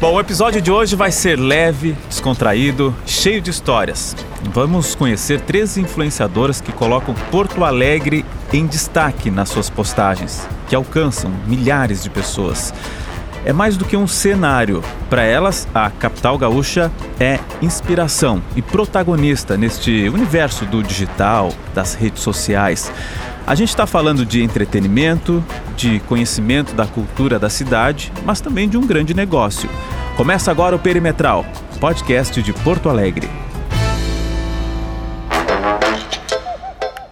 Bom, o episódio de hoje vai ser leve, descontraído, cheio de histórias. Vamos conhecer três influenciadoras que colocam Porto Alegre em destaque nas suas postagens, que alcançam milhares de pessoas. É mais do que um cenário. Para elas, a capital gaúcha é inspiração e protagonista neste universo do digital, das redes sociais. A gente está falando de entretenimento, de conhecimento da cultura da cidade, mas também de um grande negócio. Começa agora o Perimetral, podcast de Porto Alegre.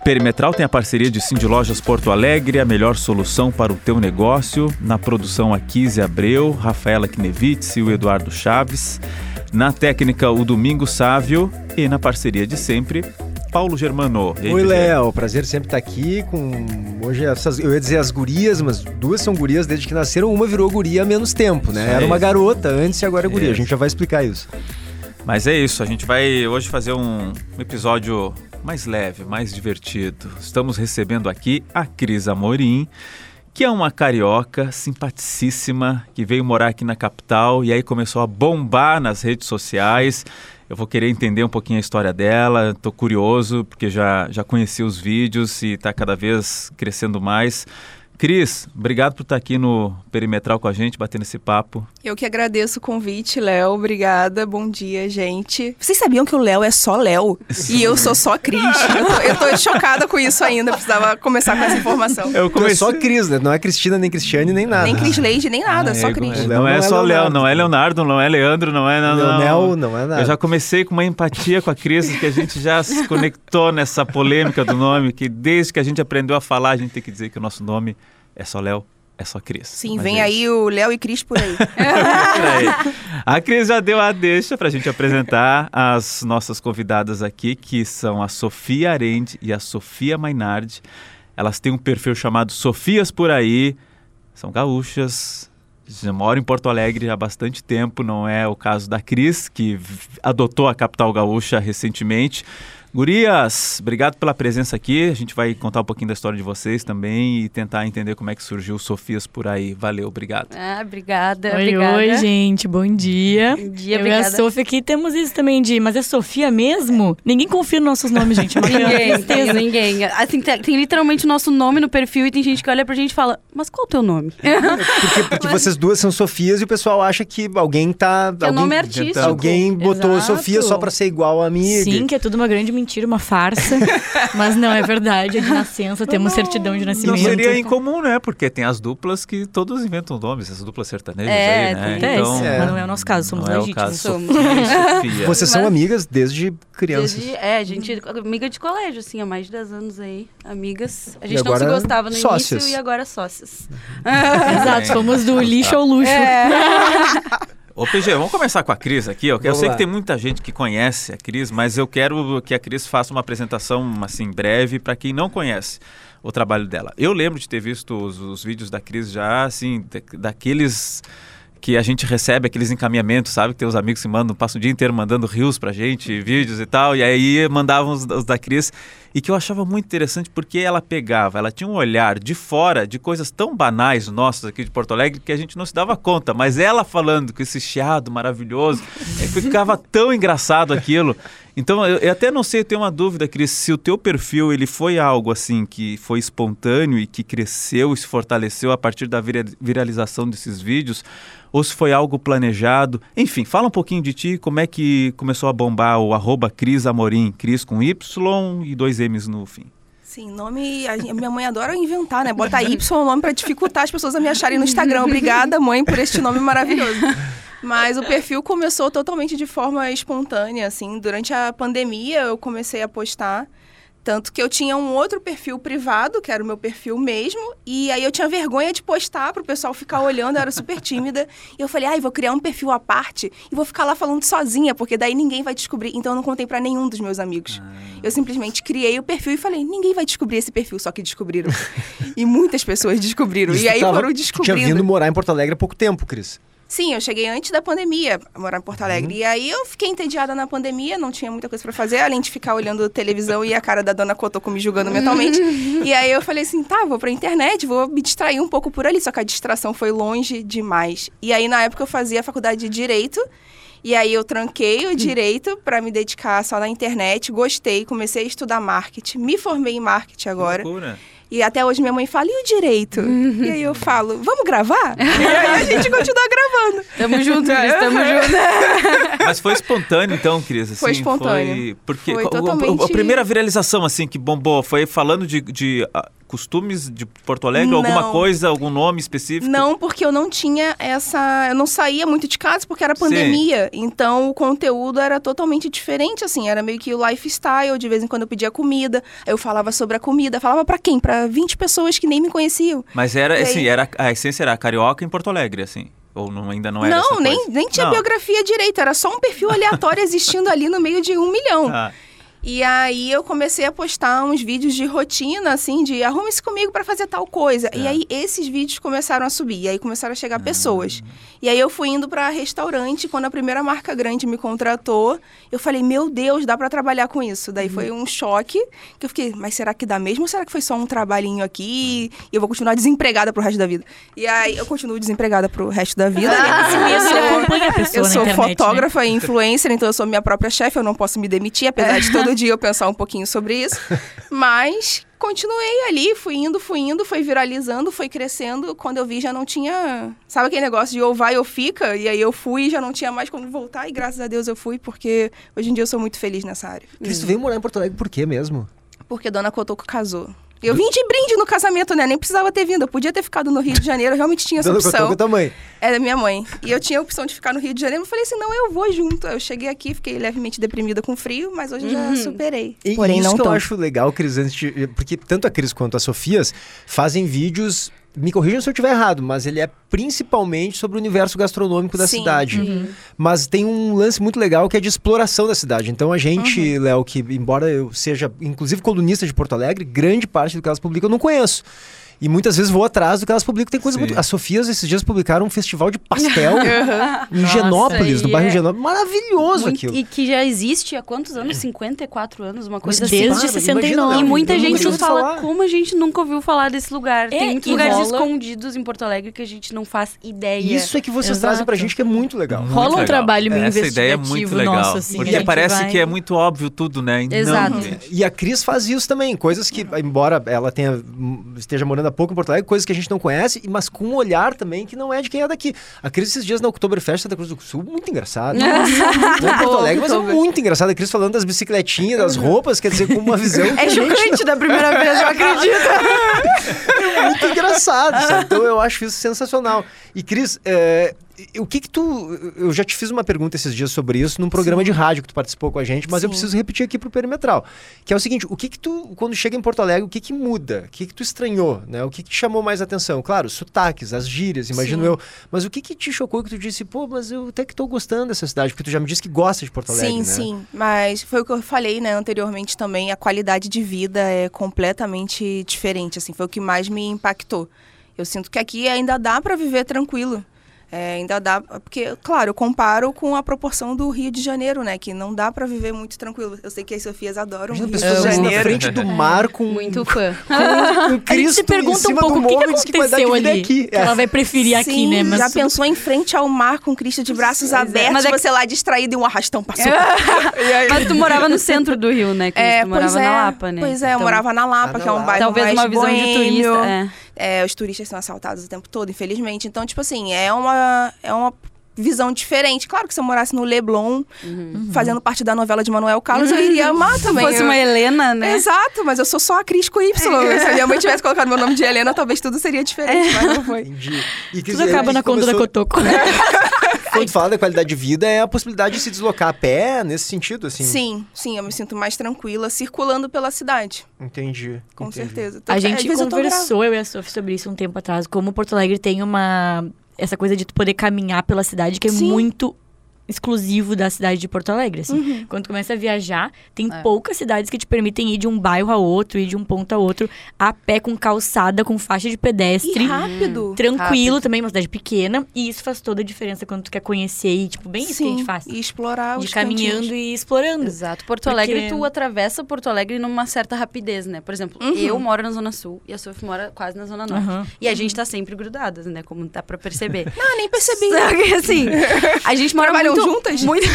Perimetral tem a parceria de Cindy Lojas Porto Alegre, a melhor solução para o teu negócio. Na produção, a Kise Abreu, Rafaela Knevitz e o Eduardo Chaves. Na técnica, o Domingo Sávio. E na parceria de sempre, Paulo Germano. Aí, Oi, Léo. Prazer sempre estar aqui com. Hoje, essas... eu ia dizer as gurias, mas duas são gurias desde que nasceram. Uma virou guria há menos tempo, né? Era uma garota antes e agora é guria. A gente já vai explicar isso. Mas é isso. A gente vai hoje fazer um episódio mais leve, mais divertido. Estamos recebendo aqui a Cris Amorim. Que é uma carioca simpaticíssima que veio morar aqui na capital e aí começou a bombar nas redes sociais. Eu vou querer entender um pouquinho a história dela, estou curioso, porque já, já conheci os vídeos e está cada vez crescendo mais. Cris, obrigado por estar aqui no Perimetral com a gente, batendo esse papo. Eu que agradeço o convite, Léo. Obrigada. Bom dia, gente. Vocês sabiam que o Léo é só Léo e eu sou só Cris? Eu tô, eu tô chocada com isso ainda. Precisava começar com essa informação. Eu comecei... só Cris, né? Não é Cristina, nem Cristiane, nem nada. Nem Cris Leide, nem nada. Ah, só Cris. Não, não, é, só Léo, não é Leonardo, não é Leandro, não é... Não, Leonel, não é nada. Eu já comecei com uma empatia com a Cris, que a gente já se conectou nessa polêmica do nome, que desde que a gente aprendeu a falar, a gente tem que dizer que o nosso nome é só Léo é só Cris. Sim, Mas vem é aí o Léo e Cris por aí. a Cris já deu a deixa para a gente apresentar as nossas convidadas aqui, que são a Sofia Arendt e a Sofia Mainardi. Elas têm um perfil chamado Sofias por aí, são gaúchas, já moram em Porto Alegre há bastante tempo, não é o caso da Cris, que adotou a capital gaúcha recentemente. Gurias, obrigado pela presença aqui. A gente vai contar um pouquinho da história de vocês também e tentar entender como é que surgiu o Sofias por aí. Valeu, obrigado. Ah, obrigada. Oi, obrigada. oi, gente. Bom dia. Bom dia, Eu obrigada. e a Sofia aqui temos isso também de, mas é Sofia mesmo? Ninguém confia nos nossos nomes, gente. é Mas Ninguém, tem, ninguém. Assim, tem, tem literalmente o nosso nome no perfil e tem gente que olha pra gente e fala, mas qual é o teu nome? Porque, porque vocês duas são Sofias e o pessoal acha que alguém tá. Que é alguém, nome artístico. Alguém é botou Exato. Sofia só pra ser igual a mim. Sim, que é tudo uma grande mentira, uma farsa. mas não, é verdade, é de nascença, temos certidão de Não nascimento. seria incomum, né? Porque tem as duplas que todos inventam nomes, essas duplas sertanejas É, aí, né? Acontece, é. mas não é o nosso caso, somos não é o legítimos. caso. É somos. Sofia e Sofia. Vocês são Mas- amigas desde crianças. Desde- é, a gente amiga de colégio, assim, há mais de 10 anos aí. Amigas. A E gente não se agora gostava no sócias. início e agora sócias. Exato, fomos do lixo ao luxo. É. Ô, PG, vamos começar com a Cris aqui. ó, que Eu Vamos sei lá. que tem muita gente que conhece a Cris, mas eu quero que a Cris faça uma apresentação assim breve para quem não conhece o trabalho dela. Eu lembro de ter visto os, os vídeos da Cris já, assim, da- daqueles que a gente recebe aqueles encaminhamentos, sabe? Que tem os amigos que mandam, passam o dia inteiro mandando rios pra gente, vídeos e tal, e aí mandavam os, os da Cris, e que eu achava muito interessante porque ela pegava, ela tinha um olhar de fora de coisas tão banais nossas aqui de Porto Alegre que a gente não se dava conta, mas ela falando com esse chiado maravilhoso, é que ficava tão engraçado aquilo. Então, eu, eu até não sei, eu tenho uma dúvida, Cris, se o teu perfil ele foi algo assim que foi espontâneo e que cresceu e se fortaleceu a partir da vira- viralização desses vídeos, ou se foi algo planejado. Enfim, fala um pouquinho de ti, como é que começou a bombar o arroba Cris Amorim, Cris com Y e dois M's no fim. Sim, nome. A gen- minha mãe adora inventar, né? Bota Y no nome pra dificultar as pessoas a me acharem no Instagram. Obrigada, mãe, por este nome maravilhoso. Mas o perfil começou totalmente de forma espontânea, assim. Durante a pandemia eu comecei a postar. Tanto que eu tinha um outro perfil privado, que era o meu perfil mesmo, e aí eu tinha vergonha de postar pro pessoal ficar olhando, eu era super tímida. E eu falei, ai, vou criar um perfil à parte e vou ficar lá falando sozinha, porque daí ninguém vai descobrir. Então eu não contei pra nenhum dos meus amigos. Ah. Eu simplesmente criei o perfil e falei, ninguém vai descobrir esse perfil, só que descobriram. e muitas pessoas descobriram. Isso e aí tava- foram tu Tinha descobrindo. vindo morar em Porto Alegre há pouco tempo, Cris. Sim, eu cheguei antes da pandemia a morar em Porto Alegre. E aí eu fiquei entediada na pandemia, não tinha muita coisa pra fazer, além de ficar olhando televisão e a cara da dona Kotoko me julgando mentalmente. e aí eu falei assim, tá, vou pra internet, vou me distrair um pouco por ali. Só que a distração foi longe demais. E aí na época eu fazia a faculdade de Direito. E aí eu tranquei o direito pra me dedicar só na internet, gostei, comecei a estudar marketing, me formei em marketing agora. Loucura. E até hoje minha mãe fala, e o direito? E aí eu falo, vamos gravar? e aí a gente continua gravando. Tamo junto, Cris, tamo junto. Mas foi espontâneo, então, Cris? Assim, Foi espontâneo. Foi... Porque Foi qual- a- a- a, totalmente- primeira viralização, assim, que bombou, foi falando de, de, ah, costumes de Porto Alegre, alguma Não. coisa, algum nome específico? Não, porque eu não tinha essa. Eu não saía muito de casa porque era Sim. pandemia. Então o conteúdo era totalmente diferente, assim. Era meio que o lifestyle. De vez em quando eu pedia comida. Aí eu falava sobre a comida. Falava pra quem? Pra 20 pessoas que nem me conheciam. Mas era, E aí? assim, era, a essência era carioca em Porto Alegre, assim. Ou não, ainda não era essa coisa? nem, nem tinha Não. biografia direito. Era só um perfil aleatório existindo ali no meio de um milhão. Tá. E aí eu comecei a postar uns vídeos de rotina, assim, de arrume-se comigo pra fazer tal coisa. E É. aí esses vídeos começaram a subir, e aí começaram a chegar pessoas. E aí eu fui indo pra restaurante, quando a primeira marca grande me contratou, eu falei, meu Deus, dá pra trabalhar com isso. Daí foi um choque, que eu fiquei, mas será que dá mesmo? Ou será que foi só um trabalhinho aqui e eu vou continuar desempregada pro resto da vida? E aí eu continuo desempregada pro resto da vida. né? É. Eu Ele sou- assim, acompanha a pessoa eu na sou internet, né? fotógrafa e influencer, então eu sou minha própria chefe, eu não posso me demitir, apesar de todo dia eu pensar um pouquinho sobre isso. Mas continuei ali, fui indo, fui indo, foi viralizando, foi crescendo. Quando eu vi, já não tinha. Sabe aquele negócio de ou vai ou fica? E aí eu fui e já não tinha mais como voltar, e graças a Deus eu fui, porque hoje em dia eu sou muito feliz nessa área. Cris, tu veio morar em Porto Alegre por quê mesmo? Porque Dona Kotoko casou. Eu vim de brinde no casamento, né? Nem precisava ter vindo. Eu podia ter ficado no Rio de Janeiro, eu realmente tinha essa Dona opção. Cotoca, tua mãe. É da minha mãe. E eu tinha a opção de ficar no Rio de Janeiro. Eu falei assim, não, eu vou junto. Eu cheguei aqui, fiquei levemente deprimida com frio, mas hoje já superei. E Uhum. Porém, isso não que eu tanto. acho legal, Cris, antes de- porque tanto a Cris quanto a Sofias fazem vídeos, me corrijam se eu estiver errado, mas ele é principalmente sobre o universo gastronômico da Sim. uhum. cidade. Mas tem um lance muito legal que é de exploração da cidade. Então a gente, Uhum. Léo, que embora eu seja inclusive colunista de Porto Alegre, grande parte do que elas publicam eu não conheço. E muitas vezes vou atrás do que elas publicam. Tem coisa Sim. muito. As Sofias esses dias publicaram um festival de pastel em Nossa, Genópolis, no e bairro é de Genópolis. Maravilhoso Muito- aquilo. E que já existe há quantos anos? 54 anos, uma coisa Desde assim. Claro, imagina, 69. Léo, E muita nunca gente tinha ouvido fala falar. como a gente nunca ouviu falar desse lugar. É, Tem muitos e lugares rola- escondidos em Porto Alegre que a gente não faz ideia. Isso é que vocês trazem pra Exato. gente que é muito legal. Muito Rola um legal. trabalho meio Essa ideia é muito investigativo legal. nosso, assim, a porque gente parece vai- que é muito óbvio tudo, né? E não, Exato. gente. E a Cris faz isso também, coisas que, embora ela tenha, hum, esteja morando há pouco em Porto Alegre, coisas que a gente não conhece, mas com um olhar também que não é de quem é daqui. A Cris esses dias na Oktoberfest Santa Cruz do Sul, muito engraçado. Não é em Porto Alegre, mas é muito engraçado. A Cris falando das bicicletinhas, das roupas, quer dizer, com uma visão que a É gente chocante da primeira vez, eu acredito. é muito engraçado, sabe? Então eu acho isso sensacional. E Cris, é, o que que tu... Eu já te fiz uma pergunta esses dias sobre isso num programa de rádio que tu participou com a gente, mas eu Sim. preciso repetir aqui pro Perimetral. Que é o seguinte, o que que tu, quando chega em Porto Alegre, o que que muda? O que que tu estranhou, né? O que que te chamou mais atenção? Claro, sotaques, as gírias, imagino eu. Mas o que que te chocou que tu disse, pô, mas eu até que tô gostando dessa cidade, porque tu já me disse que gosta de Porto Alegre, Sim, né? sim. Mas foi o que eu falei, né, anteriormente também, a qualidade de vida é completamente diferente, assim, foi o que mais me impactou. Eu sinto que aqui ainda dá pra viver tranquilo. É, ainda dá, porque, claro, eu comparo com a proporção do Rio de Janeiro, né, que não dá pra viver muito tranquilo. Eu sei que as Sofias adoram o Imagina um Rio de pessoas Janeiro. na frente do mar com, Muito fã. com um É. A gente Cristo se em pergunta um cima pouco do o que, morro que e diz que qualidade aconteceu de vida ali. é aqui. que Ela vai preferir aqui, Sim, né? Mas já pensou em frente ao mar com Cristo de braços abertos, Mas é que- É. você lá distraído e um arrastão passou. Mas tu morava no centro do Rio, né? Cris? É, tu morava pois é, na Lapa, né? Pois é, eu Então, morava na Lapa, Ah, que na é um Lapa. bairro Talvez mais uma visão de boêmio. turista. é. É, os turistas são assaltados o tempo todo, infelizmente. Então, tipo assim, é uma, é uma visão diferente. Claro que se eu morasse no Leblon, uhum, fazendo parte da novela de Manuel Carlos, eu iria amar Uhum. Se também. fosse Eu- uma Helena, né? É. Exato, mas eu sou só a Cris com Y. Se a minha mãe tivesse colocado meu nome de Helena, talvez tudo seria diferente, mas não foi. Entendi. E, Cris, tudo acaba aí na conta da começou- Cotoco. Quando fala da qualidade de vida, é a possibilidade de se deslocar a pé, nesse sentido, assim? Sim, sim, eu me sinto mais tranquila circulando pela cidade, Entendi. com entendi. certeza. Tanto A que, às gente vezes, eu tô grávida. conversou, eu e a Sophie, sobre isso um tempo atrás. Como Porto Alegre tem uma... Essa coisa de tu poder caminhar pela cidade, que é Sim. muito exclusivo da cidade de Porto Alegre, assim. Uhum. Quando tu começa a viajar, tem É. poucas cidades que te permitem ir de um bairro a outro, ir de um ponto a outro, a pé, com calçada, com faixa de pedestre. E rápido. né? Tranquilo Rápido. também, uma cidade pequena. E isso faz toda a diferença quando tu quer conhecer e, tipo, bem isso que a gente Sim, faz. E explorar De os caminhando cantinhos. e explorando. Exato. Porto Porque- Alegre, tu atravessa Porto Alegre numa certa rapidez, né? Por exemplo, Uhum. eu moro na Zona Sul e a Sophie mora quase na Zona Norte. Ah. Aham. E a gente tá sempre grudadas, né? Como dá pra perceber. Ah, nem percebi. Só que, assim, a gente mora Trabalham muito, juntas? Muita,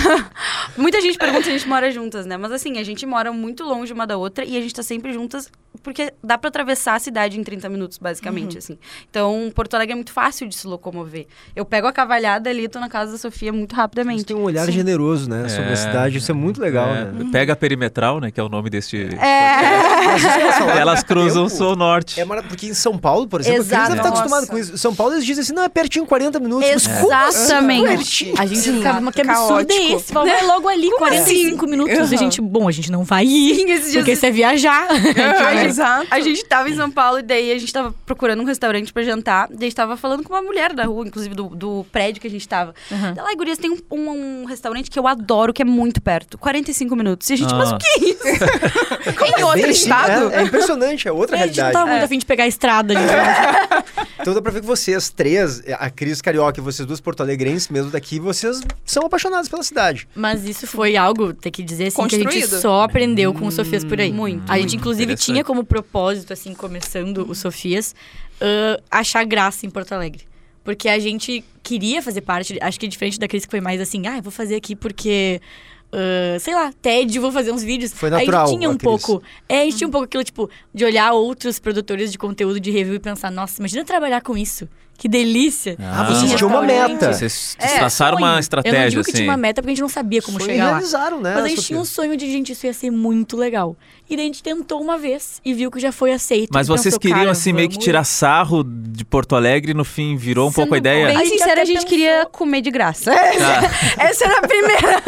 muita gente pergunta se a gente mora juntas, né? Mas assim, a gente mora muito longe uma da outra e a gente tá sempre juntas porque dá pra atravessar a cidade em 30 minutos, Uhum. basicamente, assim. Então, Porto Alegre é muito fácil de se locomover. Eu pego a cavalhada ali, tô na casa da Sofia muito Você rapidamente. tem um olhar generoso, né? Sobre a cidade. Isso é muito legal, É, né? Pega a perimetral, né? Que é o nome deste. Mas é isso que elas falam, Elas né? cruzam o Tempo. sul norte. É mara- Porque em São Paulo, por exemplo, Exato. Exato. deve estar Nossa. acostumado com isso. São Paulo eles dizem assim, não, é pertinho, 40 minutos. Mas como assim? Exatamente. A gente Sim. ficava, mas que absurdo Caótico. é esse? Vai logo ali, 45 minutos. E a gente, bom, a gente não vai ir, Sim, esses dias- porque você é viajar. Ah, gente- Exato. A gente tava em São Paulo e daí a gente tava procurando um restaurante pra jantar. Daí a gente tava falando com uma mulher da rua, inclusive do, do prédio que a gente tava. Uhum. Ela, "Ai, gurias, tem um, um- um restaurante que eu adoro, que é muito perto. 45 minutos. E a gente, mas o Ah. que é isso? Em outro Bem assim, estado. né? É, impressionante, é outra a gente não realidade. tava muito afim de pegar a estrada. né? A gente Então dá pra ver que vocês três, a Cris Carioca e vocês duas porto-alegrenses mesmo daqui, vocês são apaixonados pela cidade. Mas isso foi algo, tem que dizer assim, que a gente Construído. só aprendeu com o Sofias por aí. Muito, A gente, inclusive, Interessante. tinha como propósito, assim, começando o Sofias, ãh, achar graça em Porto Alegre. Porque a gente queria fazer parte, acho que diferente daqueles que foi mais assim, ah, eu vou fazer aqui porque. ãh, sei lá, tédio, vou fazer uns vídeos. Foi a natural, gente tinha um a Cris. pouco. É, a gente tinha um pouco aquilo, tipo, de olhar outros produtores de conteúdo de review e pensar, nossa, imagina trabalhar com isso. Que delícia. Ah, Em você tinha uma restaurante. meta. tá. Vocês traçaram É. sonho. uma estratégia, Eu não digo que assim. tinha uma meta porque a gente não sabia como Sonho chegar lá. realizaram, né? Mas a gente Sofia? tinha um sonho de, gente, isso ia ser muito legal. E daí a gente tentou uma vez e viu que já foi aceito. Mas e vocês pensou, queriam, cara, assim, meio que vamos- tirar sarro de Porto Alegre no fim virou um Sendo pouco a ideia. Bem A gente sincera, até a gente pensou- queria comer de graça. É, Essa era a primeira,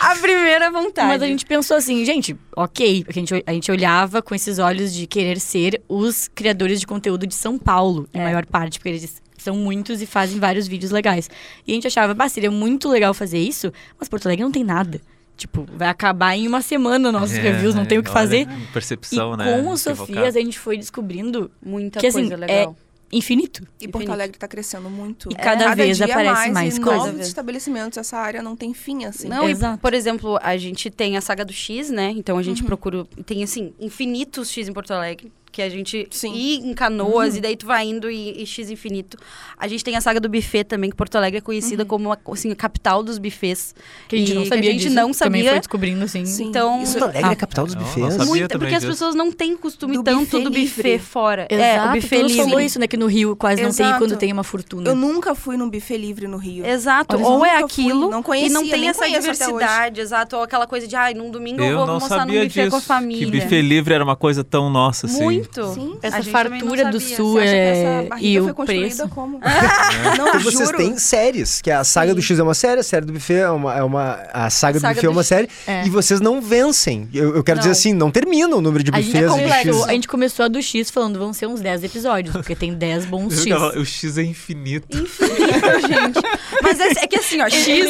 a primeira vontade. Mas a gente pensou assim, gente, ok. Porque a gente, a gente olhava com esses olhos de querer ser os criadores de conteúdo de São Paulo, em maior parte, porque eles são muitos e fazem vários vídeos legais. E a gente achava, bah, seria muito legal fazer isso, mas Porto Alegre não tem nada. Tipo, vai acabar em uma semana nossos É, reviews, não tem o que olha, fazer. Percepção, e né? com o equivocada. Sofias, a gente foi descobrindo Muita Que, assim, coisa legal. infinito. E Porto infinito. Alegre tá crescendo muito. E cada vez dia aparece mais e coisa. novos estabelecimentos. Essa área não tem fim, assim. Não, e, Exato. por exemplo, a gente tem a saga do X, né? Então a gente Uhum. procura. Tem, assim, infinitos X em Porto Alegre. Que a gente. Sim. Uhum. E em canoas, e daí tu vai indo e, e X infinito. A gente tem a saga do buffet também, que Porto Alegre é conhecida Uhum. como a, assim, a capital dos buffets. Que a gente E não sabia que a gente disso, não Também foi sabia. descobrindo, assim. Sim. então- Isso- Porto Alegre é Ah, a capital dos não, não bufês. sabia. Muita, também porque as disso. pessoas não têm costume Do tanto buffet do livre. buffet fora. Exato, é, o buffet tu nos livre. falou isso, né? Que no Rio quase não tem Exato. quando tem uma fortuna. Eu nunca fui num buffet livre no Rio. Exato, Olha só, ou é nunca fui, aquilo não conhecia, e não tem nem essa conheço até hoje. diversidade, exato, ou aquela coisa de, ai, num domingo eu, Eu vou não almoçar num sabia buffet disso. com a família. Que buffet livre era uma coisa tão nossa, assim. Muito. Sim. A Essa gente também não fartura do sabia. sul Você acha que é... essa barriga e foi o construída preço. como? Então Não, juro. vocês têm séries, que a saga do X é uma série, a série do buffet é uma. é uma- a saga, Saga do buffet é do uma X. série. É. E vocês não vencem. Eu, eu quero Não. dizer assim, não termina o número de A gente, buffets do começou, X. a gente começou a do X falando, vão ser uns 10 episódios, porque tem 10 bons Eu um X. ficava, O X é infinito. Incrível, gente. Mas é, é que assim, ó, X.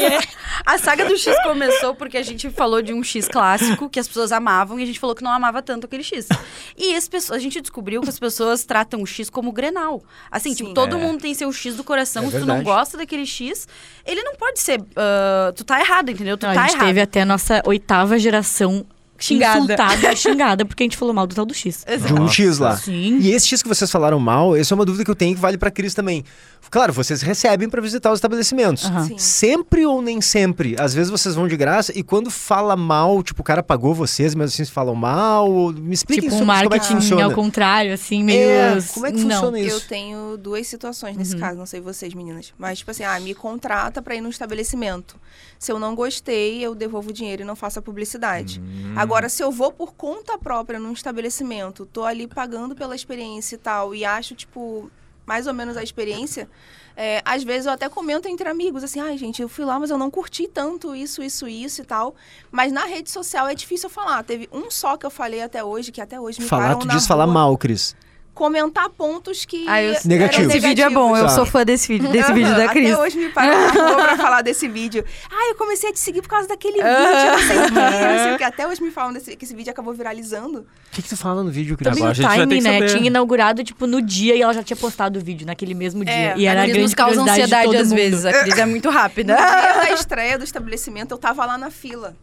A saga do X começou porque a gente falou de um X clássico que as pessoas amavam e a gente falou que não amava tanto aquele X. E as pessoas, a gente descobriu que as pessoas tratam o X como grenal. Assim, tipo, Sim. todo É. mundo tem seu X do coração. É Se tu não verdade. gosta daquele X, ele não pode ser. ah, tu tá errado, entendeu? Tu Não, a tá gente errado. teve até a nossa oitava geração Xingada. insultada e xingada, porque a gente falou mal do tal do X. De um X lá. Sim. E esse X que vocês falaram mal, essa é uma dúvida que eu tenho que vale pra Cris também. Claro, vocês recebem pra visitar os estabelecimentos. Aham. Sim. Sempre ou nem sempre? Às vezes vocês vão de graça e quando fala mal, tipo, o cara pagou vocês, mas assim, falam mal. ou- Me explica Tipo, isso, um mas como é que marketing ao funciona. contrário, assim, meio... É, como é que não. funciona Eu isso? tenho duas situações Uhum. nesse caso, não sei vocês, meninas. Mas, tipo assim, ah, me contrata pra ir num estabelecimento. Se eu não gostei, eu devolvo o dinheiro e não faço a publicidade. Hum. Agora, se eu vou por conta própria num estabelecimento, tô ali pagando pela experiência e tal, e acho, tipo, mais ou menos a experiência, é, às vezes eu até comento entre amigos, assim, ai, gente, eu fui lá, mas eu não curti tanto isso, isso, isso e tal. Mas na rede social é difícil eu falar. Teve um só que eu falei até hoje, que até hoje me Falar, param tu na diz falar rua. mal, Cris. comentar pontos que. Ah, eu- eram Negativo. Esse vídeo é bom, eu Sabe. sou fã desse vídeo, desse Aham, vídeo da Cris. Até hoje me pagou pra falar desse vídeo. Ah, eu comecei a te seguir por causa daquele vídeo, não sei o quê, não sei o quê. Até hoje me falam desse, que esse vídeo acabou viralizando. O que, que tu fala no vídeo, Cris? Também Agora a o gente vai ter timing, que né? saber. Tinha inaugurado, tipo, no dia e ela já tinha postado o vídeo naquele mesmo dia. É, e era a Cris nos grande causa curiosidade de ansiedade todo às mundo. vezes, a Cris é muito No rápida. dia da estreia do estabelecimento, eu tava lá na fila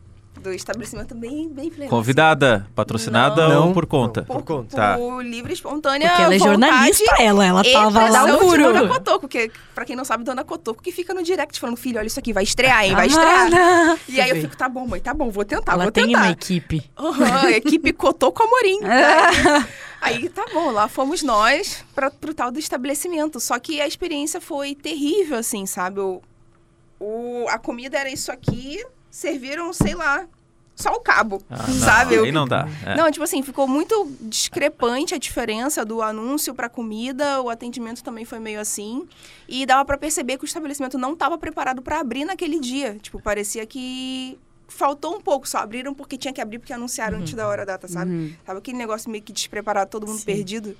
do estabelecimento, bem, bem plena. Convidada, patrocinada Não. ou por conta? Por conta. Tá. Por livre, espontânea Porque ela é vontade jornalista, ela. Ela e tava lá pressão no de Dona furo. Cotoco, que, pra quem não sabe, Dona Cotoco, que fica no direct falando, filho, olha isso aqui, vai estrear, hein, vai estrear. Amada. E aí eu fico, tá bom, mãe, tá bom, vou Ah, tentar, Ela vou tem tentar. uma equipe. Aham, equipe Cotoco Amorim. tá? Aí tá bom, lá fomos nós para pro tal do estabelecimento. Só que a experiência foi terrível, assim, sabe? O, o- a comida era isso aqui, serviram, sei lá, só o cabo, Ah, não, sabe? Aí Eu- não dá. É. Não, tipo assim, ficou muito discrepante a diferença do anúncio pra comida, o atendimento também foi meio assim. E dava pra perceber que o estabelecimento não estava preparado pra abrir naquele dia. Tipo, parecia que faltou um pouco, só abriram porque tinha que abrir porque anunciaram antes da hora da data, sabe? Hum. Tava aquele negócio meio que despreparado, todo mundo perdido.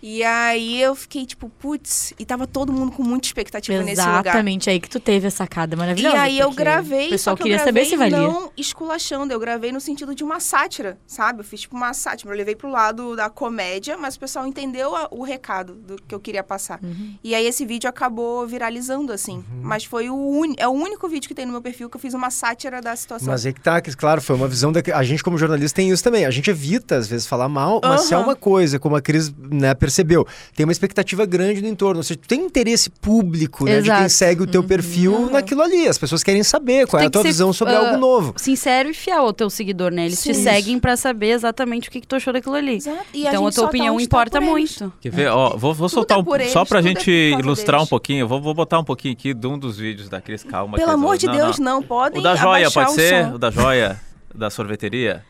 E aí eu fiquei tipo, putz, e tava todo mundo com muita expectativa Tipo, nesse lugar. Exatamente, aí que tu teve a sacada E maravilhosa. aí eu porque gravei, O pessoal só que eu queria gravei saber se valia. não esculachando, eu gravei no sentido de uma sátira, sabe? Eu fiz tipo uma sátira, eu levei pro lado da comédia, mas o pessoal entendeu a- o recado do que eu queria passar. Uhum. E aí esse vídeo acabou viralizando, assim. Uhum. Mas foi o, uni- é o único vídeo que tem no meu perfil que eu fiz uma sátira da situação. Mas é que tá, que, claro, foi uma visão da. A gente, como jornalista, tem isso também. A gente evita, às vezes, falar mal, mas se é Aham. uma coisa, como a Cris né, percebeu, tem uma expectativa grande no entorno. Ou seja, tu tem interesse público né, de quem Exato. Uhum. segue o teu perfil naquilo ali. As pessoas querem saber qual é tem a tua que ser, visão sobre ah, algo novo. Sincero e fiel ao teu seguidor, né? Eles te Sim. seguem pra saber exatamente o que, que tu achou daquilo ali. Exato. E então a gente só tua tá opinião onde tá importa por eles. muito. Quer ver? Ó, vou, vou soltar é um. por eles, só pra tudo é por gente causa ilustrar um deles. pouquinho, eu vou, vou botar um pouquinho aqui de um dos vídeos da Cris Calma. Pelo Cris, amor de não, não. Deus, não. Podem O da joia, abaixar pode o ser? som. Ah, O da joia, da sorveteria?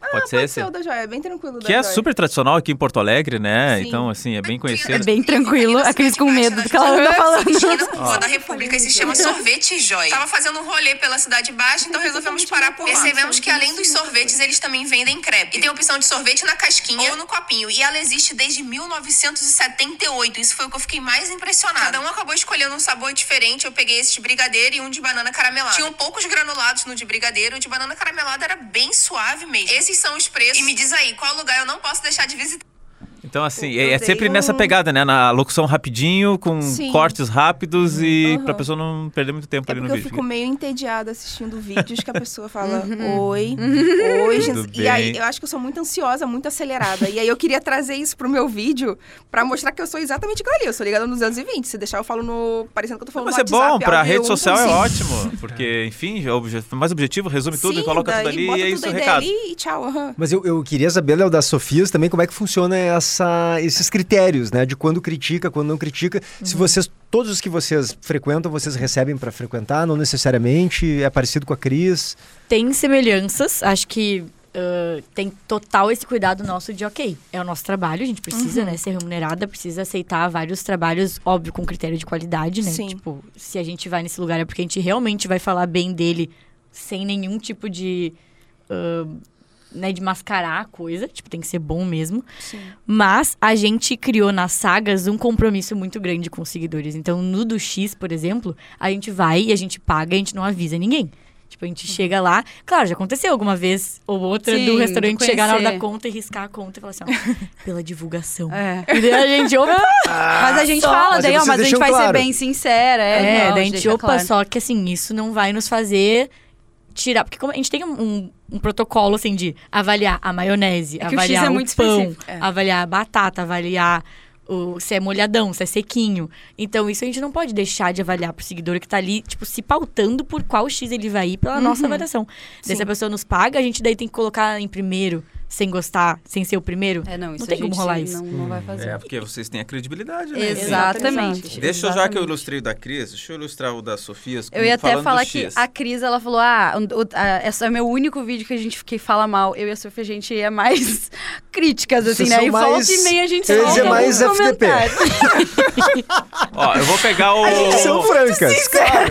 pode ser Pode esse? ser o da joia, é bem tranquilo. o da Que é joia. super tradicional aqui em Porto Alegre, né? Sim. Então, assim, é bem É conhecido. bem tranquilo, a Cris com medo do que ela tá falando. esquina com rua da República e se chama Sorvete Joia. Tava fazendo um rolê pela Cidade Baixa, então resolvemos parar por lá. Percebemos que além dos sorvetes, eles também vendem crepe. E tem a opção de sorvete na casquinha ou no copinho. E ela existe desde 1978. Isso foi o que eu fiquei mais impressionada. Cada um acabou escolhendo um sabor diferente. Eu peguei esse de brigadeiro e um de banana caramelada. Tinham poucos granulados no de brigadeiro. O de banana caramelada era bem suave mesmo. Esses são os preços. E me diz aí, qual lugar eu não posso deixar de visitar? Então, assim, Eu é, é dei sempre nessa um- pegada, né? Na locução rapidinho, com Sim. cortes rápidos e pra Aham. pessoa não perder muito tempo É ali no porque eu vídeo. fico meio entediada assistindo vídeos que a pessoa fala oi, oi. Tudo gente." E aí bem. eu acho que eu sou muito ansiosa, muito acelerada. E aí eu queria trazer isso pro meu vídeo pra mostrar que eu sou exatamente igual ali. Eu sou ligada no 220. Se deixar eu falo no. parecendo que eu tô falando Mas no é bom, WhatsApp, um assim. pra áudio rede social é 1.5. ótimo. Porque, enfim, é obje- mais objetivo, resume tudo Sim, e coloca daí tudo ali bota e é tudo isso a o ideia recado. ali e tchau. aham. Mas eu, eu queria saber, Léo, das Sofias também, como é que funciona essa, esses critérios, né? De quando critica, quando não critica. Se Uhum. vocês, todos os que vocês frequentam, vocês recebem pra frequentar, não necessariamente, é parecido com a Cris. Tem semelhanças, acho que ah, tem total esse cuidado nosso de, ok, é o nosso trabalho, a gente precisa né, ser remunerada, precisa aceitar vários trabalhos, óbvio, com critério de qualidade, né? Sim. Tipo, se a gente vai nesse lugar é porque a gente realmente vai falar bem dele sem nenhum tipo de. ah, né, de mascarar a coisa, tipo, tem que ser bom mesmo. Mas a gente criou nas sagas um compromisso muito grande com os seguidores. Então, no do X, por exemplo, a gente vai e a gente paga e a gente não avisa ninguém. Tipo, a gente chega lá. Claro, já aconteceu alguma vez ou outra Uhum. Sim, do de restaurante chegar na hora da conhecer. conta e riscar a conta e falar assim, ó, pela divulgação. É. E daí a gente, opa, Mas a gente só. fala, Mas aí daí, ó, vocês mas a gente deixam vai claro. ser bem sincera. É, É, não, daí a gente gente, deixa opa, claro. só que assim, isso não vai nos fazer tirar. Porque como a gente tem um, um- um protocolo, assim, de avaliar a maionese, É que o X avaliar é o, muito pão, específico, é. avaliar a batata, avaliar o, se é molhadão, se é sequinho. Então, isso a gente não pode deixar de avaliar pro seguidor que tá ali, tipo, se pautando por qual X ele vai ir pela Uhum. nossa avaliação. Daí, se a pessoa nos paga, a gente daí tem que colocar em primeiro, sem gostar, sem ser o primeiro. É, não, isso tem a como gente rolar isso. Não, não vai fazer. É, porque vocês têm a credibilidade, né? Exatamente. Deixa eu, já que eu ilustrei o da Cris, deixa eu ilustrar o da Sofia. Eu ia até falando do falar que X. a Cris, ela falou: ah, o- o- a- esse é o meu único vídeo que a gente que fala mal. Eu e a Sofia, a gente é mais críticas, assim, Vocês né? são E mais- volta e meia a gente é eu ia solta dizer mais alguns FDP. comentários. Ó, eu vou pegar o. São francas.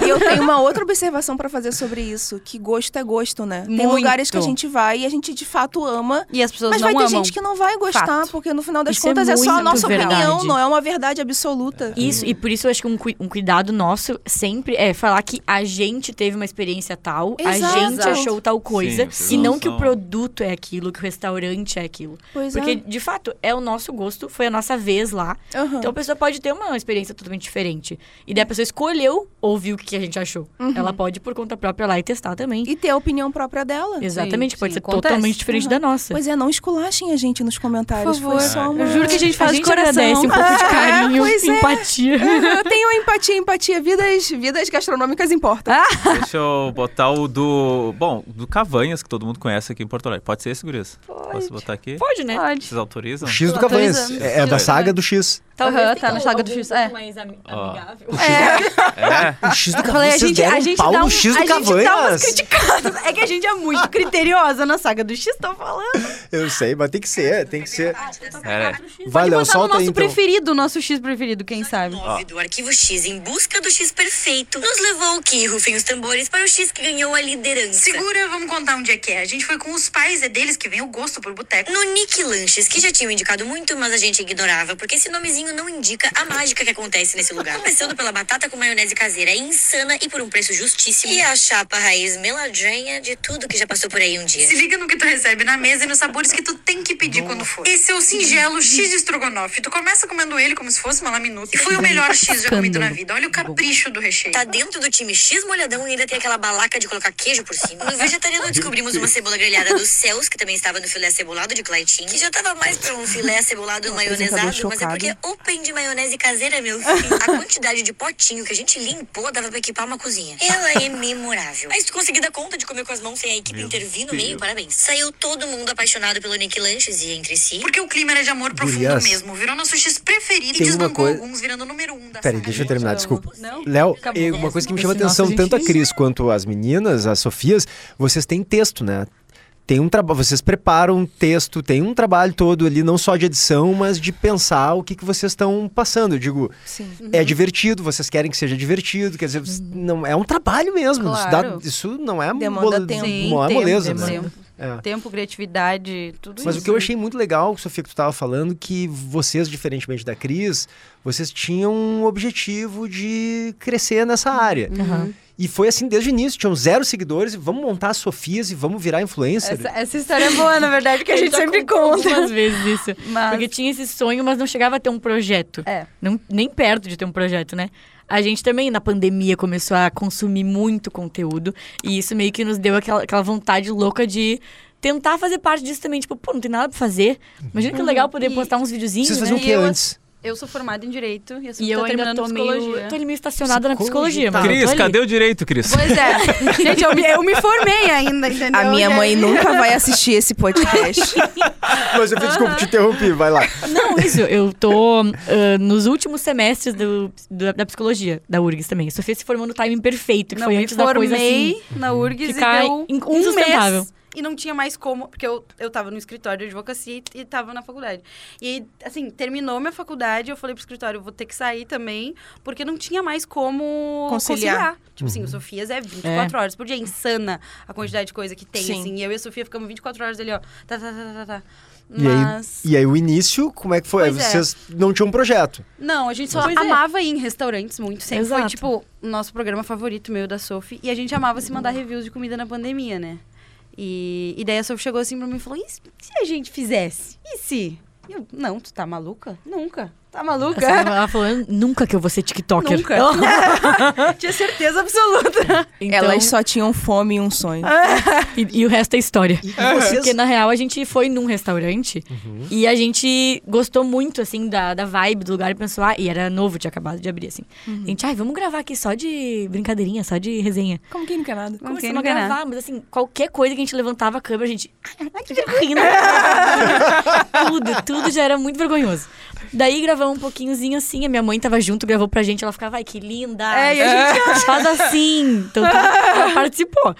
E eu tenho uma outra observação pra fazer sobre isso, que gosto é gosto, né? Tem Muito. lugares que a gente vai e a gente de fato ama E as pessoas Mas não vai ter amam. gente que não vai gostar, Fato. porque no final das Isso é contas é, só a muito nossa opinião, verdade. É. não é uma verdade absoluta. Tá. Isso, e por isso eu acho que um, cui- um cuidado nosso sempre é falar que a gente teve uma experiência tal, Exato. a gente achou tal coisa, vocês e não não que o são- produto é aquilo, que o restaurante é aquilo. Pois Porque, é. de fato, é o nosso gosto, foi a nossa vez lá. Aham. Então a pessoa pode ter uma experiência totalmente diferente. E daí a pessoa escolheu ouvir o que a gente achou. Ela pode, por conta própria, lá e testar também. E ter a opinião própria dela. Exatamente, Sim, pode sim, ser acontece. totalmente diferente da nossa. Pois é, não esculachem a gente nos comentários. Por favor. Foi só uma... Eu juro que a gente faz a de gente coração. agradece um pouco de É, carinho, pois é. empatia. Eu tenho empatia, empatia. Vidas, vidas gastronômicas importam. Deixa eu botar o do. Bom, do Cavanhas, que todo mundo conhece aqui em Porto Alegre. Pode ser esse, Gurias? Posso botar aqui? Pode, né? Pode. Vocês autorizam? O X do Tô Cavanhas. atualizando. É, é da saga do X. Aham, tá na saga do X. É. Mais Ó. amigável. É. O X do Ah, Eu falei, Cavanhas. a Vocês gente, deram a um gente pau dá um, no X do a gente dá umas Cavanhas. criticadas. É que a gente é muito criteriosa na saga do X, tô falando. Eu sei, mas tem que ser, tem que ser. Pera aí. Vai, Léo, Ah, Pode botar tá no solta nosso aí então. preferido, o nosso X preferido, quem sabe. Nove do arquivo X em busca do X perfeito nos levou o que rufem os tambores para o X que ganhou a liderança. Segura, vamos contar onde é que é. A gente foi com os pais, é deles que vem o gosto por boteco. No Nick Lanches, que já tinham indicado muito, mas a gente ignorava, porque esse nomezinho não indica a mágica que acontece nesse lugar. Começando pela batata com maionese caseira é insana e por um preço justíssimo. E a chapa raiz meladrenha de tudo que já passou por aí um dia. Se liga no que tu recebe na mesa e nos sabores que tu tem que pedir quando for. Esse é o singelo X de estrogonofe. Tu começa comendo ele como se fosse uma laminuta. E foi o melhor X já comido na vida. Olha o capricho do recheio. Tá dentro do time X molhadão e ainda tem aquela balaca de colocar queijo por cima. No vegetariano descobrimos uma cebola grelhada dos céus, que também estava no filé cebolado de Claitin, que já tava mais pra um filé cebolado maionesado, mas é porque open de maionese caseira, meu filho. A quantidade de potinho que a gente limpou dava pra equipar uma cozinha. Ela é memorável. Mas tu conseguir dar conta de comer com as mãos sem a equipe intervir no meio, parabéns. Saiu todo mundo apaixonado pelo Nick Lanches e entre si. Porque o clima era de amor profundo Gurias. mesmo. Virou nosso X preferido Tem uma desbancou coisa- alguns, virando número um da Peraí, deixa eu terminar, desculpa. Não. Léo, Acabou. e uma coisa que me chama Esse nosso atenção, a gente tanto a fez. Cris quanto as meninas, as Sofias, vocês têm texto, né? Tem um trabalho, vocês preparam um texto, tem um trabalho todo ali, não só de edição, mas de pensar o que, que vocês estão passando. Eu digo, Sim. é divertido, vocês querem que seja divertido, quer dizer, vocês- não, é um trabalho mesmo. Isso, dá- Claro. isso não é, Demanda mole- tempo. Sim, não é tempo, moleza, tempo, né? tempo. É. Tempo, criatividade, tudo Mas isso. o que eu achei muito legal, Sofia, que tu estava falando, que vocês, diferentemente da Cris, vocês tinham um objetivo de crescer nessa área. E foi assim desde o início, tinham zero seguidores e vamos montar as Sofias e vamos virar influencer. Essa, essa história é boa, na verdade, que a gente já sempre contou conta. Algumas vezes isso. Mas- Porque tinha esse sonho, mas não chegava a ter um projeto. É. Não- nem perto de ter um projeto, né? A gente também, na pandemia, começou a consumir muito conteúdo. E isso meio que nos deu aquela, aquela vontade louca de tentar fazer parte disso também. Tipo, pô, não tem nada pra fazer. Imagina que legal poder Uhum. E- postar uns videozinhos, Vocês né? faziam o E que eu- antes? Eu sou formada em Direito e eu, sou E eu tá ainda terminando tô meio... Psicologia. Tô ali meio estacionada na Psicologia, psicologia. mas eu tô Cris, ali. cadê o direito, Cris? Pois é. gente, eu me, eu me formei ainda, entendeu? A minha E aí- mãe nunca vai assistir esse podcast. Mas eu desculpa, te interrompi, vai lá. Não, isso. Eu tô ah, nos últimos semestres do- do- da psicologia, da URGS também. Sofia se formou no timing perfeito, que Não, foi me antes da coisa assim. formei na URGS ficar e deu in- um insustentável. mês e não tinha mais como, porque eu, eu tava no escritório de advocacia e, e tava na faculdade. E, assim, terminou minha faculdade, eu falei pro escritório, eu vou ter que sair também, porque não tinha mais como Conciliar. conciliar. Tipo Uhum. assim, o Sofias é 24 horas por dia, é insana a quantidade de coisa que tem, Sim. assim. E eu e a Sofia ficamos 24 horas ali, ó, tá, tá, tá, tá, tá. E aí, Mas... e aí o início, como é que foi? Pois é. vocês não tinham um projeto. Não, a gente só Pois é. amava ir em restaurantes muito. Sempre foi, Exato. tipo, o nosso programa favorito, meu e da Sophie. E a gente amava se mandar reviews de comida na pandemia, né? E, e daí a Sophie chegou assim pra mim e falou: e se se a gente fizesse? E se? E eu, não, tu tá maluca? Nunca. Tá maluca? Ela falou, nunca que eu vou ser TikToker. Nunca. Tinha certeza absoluta. Então, Elas só tinham fome e um sonho. e, e o resto é história. vocês- Porque, na real, a gente foi num restaurante e a gente gostou muito, assim, da, da vibe do lugar e pensou, ah, e era novo, tinha acabado de abrir, assim. A gente, ai, vamos gravar aqui só de brincadeirinha, só de resenha. Como quem não quer nada? Não quem Começamos a não quer é nada. gravar, mas assim, qualquer coisa que a gente levantava a câmera, a gente. Ai, que vergonha! né?" tudo, tudo já era muito vergonhoso. Daí gravamos um pouquinhozinho assim, a minha mãe tava junto, gravou pra gente, ela ficava, ai, que linda! É, e a gente faz assim. Então tudo- ela participou.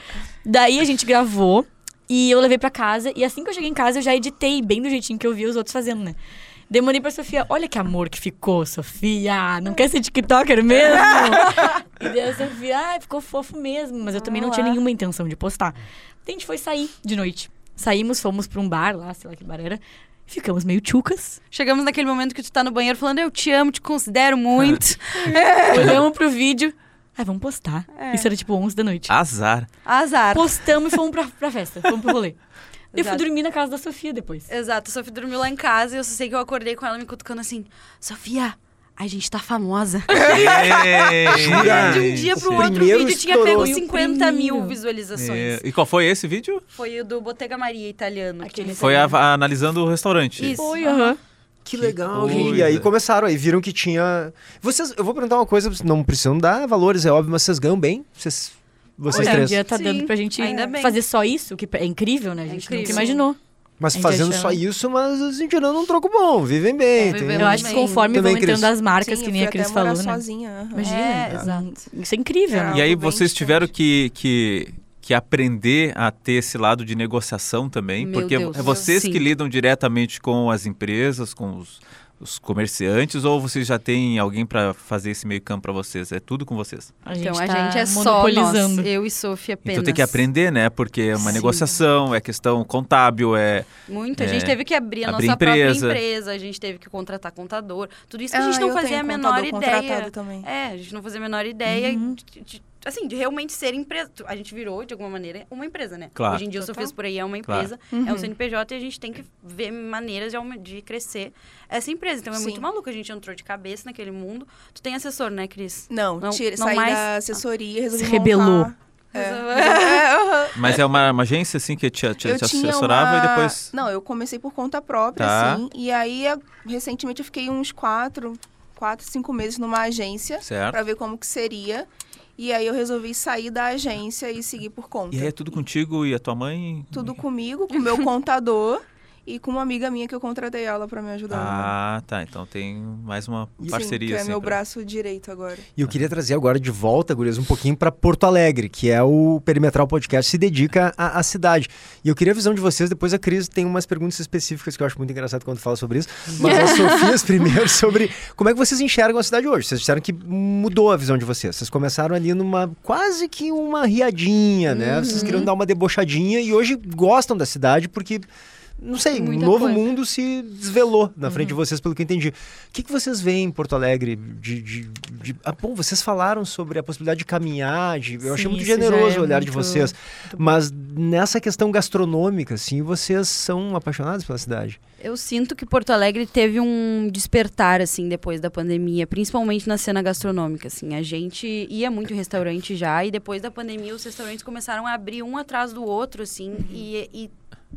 Daí a gente gravou e eu levei pra casa. E assim que eu cheguei em casa, eu já editei bem do jeitinho que eu vi os outros fazendo, né? Demorei pra Sofia, olha que amor que ficou, Sofia. Não quer ser TikToker mesmo? e daí a Sofia, ai, ficou fofo mesmo. Mas eu também não tinha nenhuma intenção de postar. Daí a gente foi sair de noite. Saímos, fomos pra um bar lá, sei lá que bar era. Ficamos meio tchucas. Chegamos naquele momento que tu tá no banheiro falando, eu te amo, te considero muito. Olhamos pro vídeo. Ah, vamos postar. Isso era tipo 11 da noite. Ah. Azar. Azar. Postamos e fomos pra, pra festa. Fomos pro rolê. Eu fui Exato. dormir na casa da Sofia depois. Exato, a Sofia dormiu lá em casa e eu só sei que eu acordei com ela me cutucando assim, Sofia, a gente tá famosa. Jura? De um dia pro o outro, o primeiro vídeo tinha estourou. pego 50 mil Primeiro. visualizações. É, E qual foi esse vídeo? Foi o do Bottega Maria italiano. que Aquele eles- Foi a- a- analisando o restaurante. Isso. aham. Que legal, gente. E aí começaram, aí viram que tinha. Vocês, eu vou perguntar uma coisa, vocês não precisam dar valores, é óbvio, mas vocês ganham bem. Vocês, vocês Hoje em três. dia tá Sim, dando pra gente ainda bem. fazer só isso, que é incrível, né? A gente incrível. nunca imaginou. Mas a gente fazendo achando. só isso, mas os indianos não trocam bom, vivem bem. É, tem- um vivemos Eu acho que Também. conforme Também, vão entrando Cris. as marcas, Sim, que eu nem fui a Cris até morar falou, né? sozinha. aham. Imagina. É, exato. Isso é incrível, Era né? E aí algo Ah, bem vocês distante. tiveram que, que, que aprender a ter esse lado de negociação também, Meu porque Deus, é vocês sim. que lidam diretamente com as empresas, com os, os comerciantes, ou vocês já têm alguém para fazer esse meio campo para vocês? É tudo com vocês. A Então a tá gente é só nós, monopolizando. eu e Sofia apenas. Então tem que aprender, né? Porque é uma Sim. negociação, é questão contábil, é Muito, a É. gente teve que abrir a Abrir nossa empresa. própria empresa, a gente teve que contratar contador, tudo isso que a gente Ah, não eu fazia tenho a menor contador contratado ideia. também. É, a gente não fazia a menor ideia, de- de- assim, de realmente ser empresa. A gente virou, de alguma maneira, uma empresa, né? Claro. Hoje em dia o Total. Uhum. Sofias por aí é uma empresa, é um CNPJ e a gente tem que ver maneiras de, aumen- de crescer essa empresa. Então é Sim. muito maluco, a gente entrou de cabeça naquele mundo. Tu tem assessor, né, Cris? Não, Não- tira, não saí mais- da assessoria, resolvi Se rebelou. montar. É, aham. Mas é uma, uma agência assim que te, te, eu te tinha assessorava uma- e depois. Não, eu comecei por conta própria, Tá. assim. E aí, eu- recentemente, eu fiquei uns quatro, quatro, cinco meses numa agência Certo. pra ver como que seria. E aí eu resolvi sair da agência e seguir por conta. E aí é tudo contigo e a tua mãe? Tudo comigo, com o meu contador e com uma amiga minha que eu contratei ela pra me ajudar. Ah, tá. Então tem mais uma Sim, parceria. que é assim, meu pra- braço direito agora. E eu queria trazer agora de volta, gurias, um pouquinho para Porto Alegre, que é o Perimetral Podcast, se dedica à, à cidade. E eu queria a visão de vocês, depois a Cris tem umas perguntas específicas que eu acho muito engraçado quando fala sobre isso. Mas as Sofias primeiro, sobre como é que vocês enxergam a cidade hoje. Vocês disseram que mudou a visão de vocês. Vocês começaram ali numa quase que uma riadinha, Uhum. né? Vocês queriam dar uma debochadinha e hoje gostam da cidade porque. Não sei, um Muita novo coisa. mundo se desvelou na frente de Uhum. vocês, pelo que eu entendi. O que, que vocês veem em Porto Alegre? De, de, de- ah, bom, vocês falaram sobre a possibilidade de caminhar, de- eu Sim, achei muito isso já generoso é o olhar de muito- vocês. Mas nessa questão gastronômica, assim, vocês são apaixonados pela cidade. Eu sinto que Porto Alegre teve um despertar, assim, depois da pandemia, principalmente na cena gastronômica, assim. A gente ia muito em restaurante já, e depois da pandemia os restaurantes começaram a abrir um atrás do outro, assim, e, e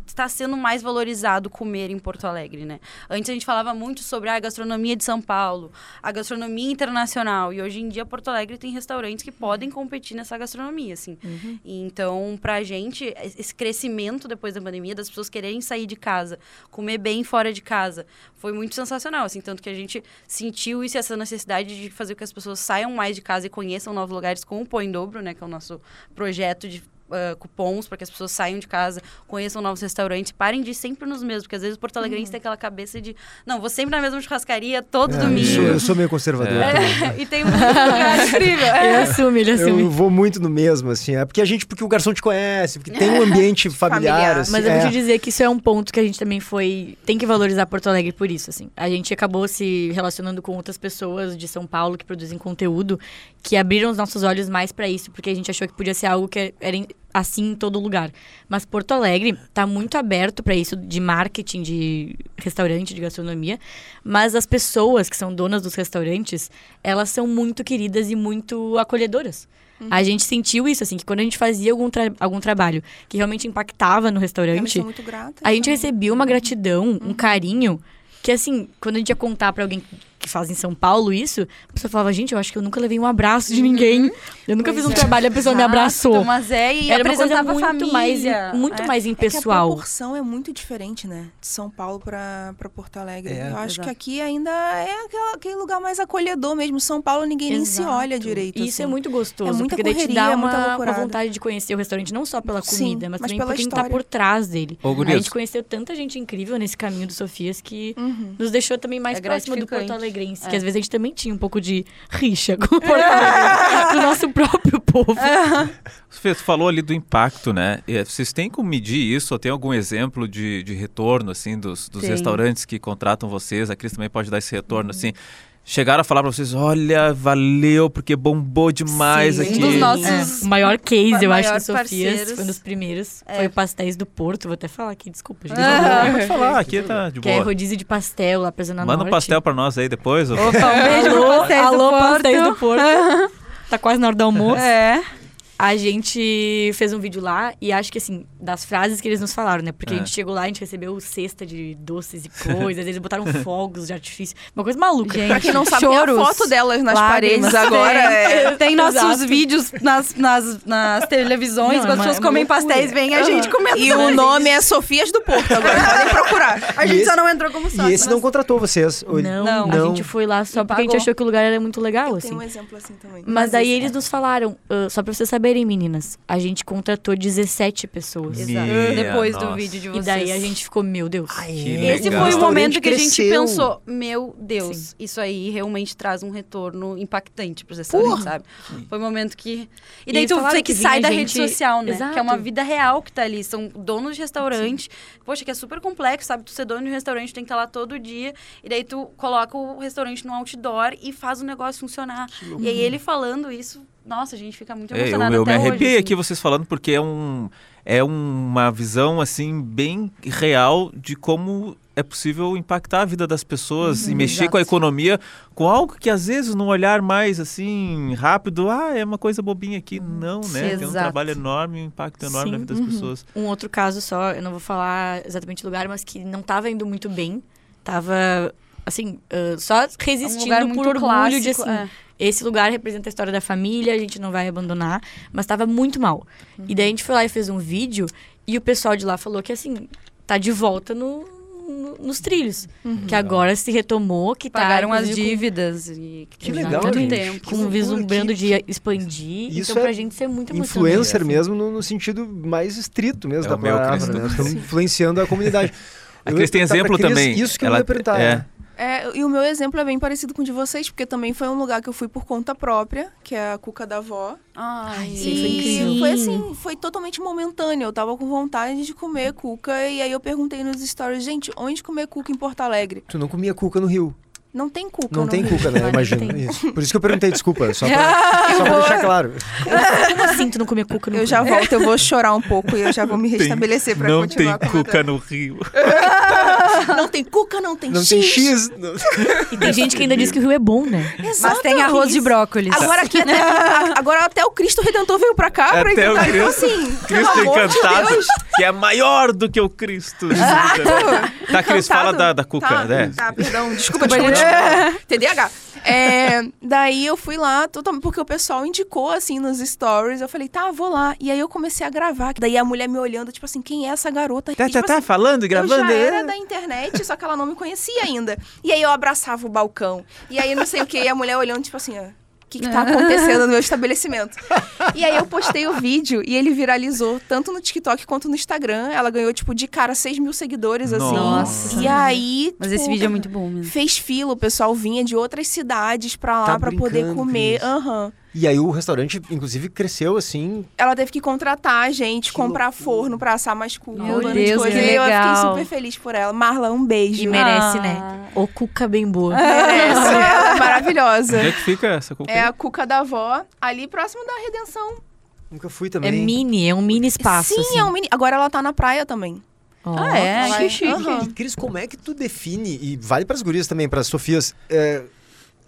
está sendo mais valorizado comer em Porto Alegre, né? Antes a gente falava muito sobre ah, a gastronomia de São Paulo, a gastronomia internacional, e hoje em dia Porto Alegre tem restaurantes que podem competir nessa gastronomia, assim. E Então, pra gente, es- esse crescimento depois da pandemia, das pessoas quererem sair de casa, comer bem fora de casa, foi muito sensacional, assim, tanto que a gente sentiu isso, essa necessidade de fazer com que as pessoas saiam mais de casa e conheçam novos lugares com o Põe em Dobro, né, que é o nosso projeto de ah, cupons para que as pessoas saiam de casa, conheçam novos restaurantes, parem de ir sempre nos mesmos, porque às vezes o Porto Alegrense tem aquela cabeça de, não, vou sempre na mesma churrascaria todo É, eu, sou, domingo. eu sou meio conservador. também. É, e tem muito lugar incrível. Tá Ele assume, ele assume. Eu vou muito no mesmo, assim. É porque a gente, porque o garçom te conhece, porque tem um ambiente familiar, Familiar. assim. Mas eu vou é. te dizer que isso é um ponto que a gente também foi. Tem que valorizar Porto Alegre por isso, assim. A gente acabou se relacionando com outras pessoas de São Paulo que produzem conteúdo, que abriram os nossos olhos mais pra isso, porque a gente achou que podia ser algo que era em- assim em todo lugar. Mas Porto Alegre tá muito aberto pra isso de marketing, de restaurante, de gastronomia. Mas as pessoas que são donas dos restaurantes, elas são muito queridas e muito acolhedoras. Uhum. A gente sentiu isso, assim, que quando a gente fazia algum, tra- algum trabalho que realmente impactava no Elas restaurante, são né? Uhum. muito grata. a gente recebia uma gratidão, um carinho, que assim, quando a gente ia contar pra alguém que faz em São Paulo isso, a pessoa falava, gente, eu acho que eu nunca levei um abraço de ninguém. Eu nunca Uhum. Pois fiz um é. trabalho, a pessoa me abraçou. Mas é, e Era uma coisa apresentava muito família. mais, em- muito É. É mais que a impessoal. proporção é muito diferente, né? De São Paulo pra pra Porto Alegre. É. Eu acho Exato. que aqui ainda é aquela- aquele lugar mais acolhedor mesmo. São Paulo ninguém nem se Exato. olha direito. E Isso é assim. muito gostoso, É muita porque daí te dá correria, uma, muita uma loucurada. vontade de conhecer o restaurante, não só pela Sim, comida, mas mas, também pela por quem tá história. por trás dele. Ô, a gurias, gente conheceu tanta gente incrível nesse caminho do Sofias que Uhum. nos deixou também mais É próximo do Porto gratificante. alegrense, É. que às vezes a gente também tinha um pouco de rixa com o Porto Alegre, do nosso próprio povo. É. Fê, tu falou ali do impacto, né? E, eh, Vocês têm como medir isso? Ou tem algum exemplo de, de retorno, assim, dos, dos Tem. restaurantes que contratam vocês? A Cris também pode dar esse retorno, Uhum. assim. Chegaram a falar pra vocês, olha, valeu, porque bombou demais Sim, um aqui. dos nossos- É. O maior case, eu acho, Maior do Sofias, parceiros. foi um dos primeiros. É. Foi o Pastéis do Porto, vou até falar aqui, desculpa, gente. Ah, Pode falar, aqui tá de Que é boa. rodízio de pastel lá pra Zona Manda Norte. um pastel pra nós aí depois. ô. um beijo pro Pastéis do alô, Porto. Pastéis do Porto. Tá quase na hora do almoço. É. A gente fez um vídeo lá e acho que, assim, das frases que eles nos falaram, né? Porque É. a gente chegou lá, a gente recebeu cesta de doces e coisas, eles botaram fogos de artifício, uma coisa maluca. Gente, Pra quem não sabe, tem Choros, a foto delas nas lágrimas. paredes agora. é- Tem nossos Exato. vídeos nas, nas, nas televisões, quando Não, é as uma- pessoas é uma comem loucura. pastéis, vem a gente comendo. E o nome é Sofias do Porto, agora podem procurar. A gente esse- só não entrou como sócio. E esse não contratou vocês. ou ele- Não, a Não. gente foi lá só Não porque a gente pagou. achou que o lugar era muito legal, assim. Tem um exemplo assim também. Mas daí eles nos falaram, ah, só pra vocês saberem, meninas, a gente contratou 17 pessoas. Minha Depois do nossa. vídeo de E vocês. daí a gente ficou, meu Deus. Que Esse legal. foi o momento que a gente Cresceu. pensou, meu Deus, isso aí realmente traz um retorno impactante pros restaurantes, sabe? Foi o momento que... E E daí eles tu falaram vê que que vinha sai da gente- rede social, né? Que é uma Exato. vida real que tá ali, são donos de restaurante. Poxa, que é super complexo, sabe? Tu ser dono de um restaurante, tu tem que estar lá todo dia. E daí tu coloca o restaurante no outdoor e faz o negócio funcionar. E aí ele falando isso, nossa, a gente fica muito É, eu emocionado eu me até hoje. arrepiei assim. aqui vocês falando, porque é, um, é uma visão, assim, bem real de como é possível impactar a vida das pessoas Uhum, e mexer com a economia com algo que, às vezes, num olhar mais, assim, rápido, ah, é uma coisa bobinha aqui. Hum, Não, né? Tem um Exato. trabalho enorme, um impacto enorme na Sim. vida das uhum. pessoas. Um outro caso só, eu não vou falar exatamente o lugar, mas que não tava indo muito bem. Tava, assim, ah, só É um resistindo lugar por muito orgulho clássico, de, assim, é. esse lugar representa a história da família, a gente não vai abandonar, mas tava muito mal. E daí a gente foi lá e fez um vídeo e o pessoal de lá falou que assim, tá de volta no, no- nos trilhos, que agora se retomou, que tá Uhum. pagaram as né? inclusive, dívidas e Que legal, tanto gente. tempo. com, Que com loucura, vislumbrando que- de expandir, Isso então é pra gente isso é muito emocionante. Influencer mesmo no, no sentido mais estrito mesmo É da o meu palavra, Cristo. né? Estamos influenciando a comunidade. A Eu ia Cris tem perguntar pra exemplo Cris também. Isso que Ela- eu ia perguntar. é. né? É, e o meu exemplo é bem parecido com o de vocês, porque também foi um lugar que eu fui por conta própria, que é a Cuca da Vó. Ai, Isso aí e foi incrível. foi assim, foi totalmente momentâneo. Eu tava com vontade de comer cuca, e aí eu perguntei nos stories, gente, onde comer cuca em Porto Alegre? Tu não comia cuca no Rio. Não tem cuca. Não, no tem Rio. cuca, né? Eu Claro que Imagino. tem. Isso. Por isso que eu perguntei, desculpa. Só pra, só pra deixar claro. Como assim tu não comer cuca no Eu já volto, eu vou chorar um pouco e eu já vou me restabelecer pra Não tem continuar comentando. cuca no Rio. Não tem cuca, não tem Não X. tem X. não- E tem gente que ainda diz que o Rio é bom, né? Mas tem arroz de Isso. brócolis. Agora, aqui até, a- agora até o Cristo Redentor veio pra cá pra Até o inventar. Então, Cristo- assim, Cristo pelo amor de encantado, Deus. que é maior do que o Cristo. tá, Cris, fala Encantado. da, da cuca, tá, né? Tá, perdão, desculpa, desculpa. desculpa. TDAH. É, daí eu fui lá, totalmente, porque o pessoal indicou, assim, nos stories. Eu falei, tá, vou lá. E aí eu comecei a gravar. Daí a mulher me olhando, tipo assim, quem é essa Tá, garota? E, tá, tipo tá assim, falando, Eu né? gravando. já é? era da internet, só que ela não me conhecia ainda. E aí eu abraçava o balcão. E aí não sei o que, e a mulher olhando, tipo assim, ó. O que, que tá acontecendo no meu estabelecimento? E aí eu postei o vídeo e ele viralizou, tanto no TikTok quanto no Instagram. Ela ganhou, tipo, de cara 6 mil seguidores, assim. Nossa. E aí. Mas tipo, esse vídeo é muito bom mesmo. Fez fila, o pessoal vinha de outras cidades pra lá Tá pra poder brincando, comer. Cris. Aham. E aí o restaurante, inclusive, cresceu assim. Ela teve que contratar a gente, Que comprar loucura. forno pra assar mais cuca. Meu um monte de Deus, coisa. que E Eu legal. fiquei super feliz por ela. Marla, um beijo. Tá. E merece, Ah. né? O cuca bem boa. Merece, ela é maravilhosa. Onde é que fica essa cuca? É a cuca da avó, ali próximo da Redenção. Nunca fui É também. mini, é um mini espaço. Sim, assim. é um mini. Agora ela tá na praia também. Ó. Ah, é? Ela Que chique. Aham. Cris, como é que tu define, e vale para as gurias também, para as Sofias, é,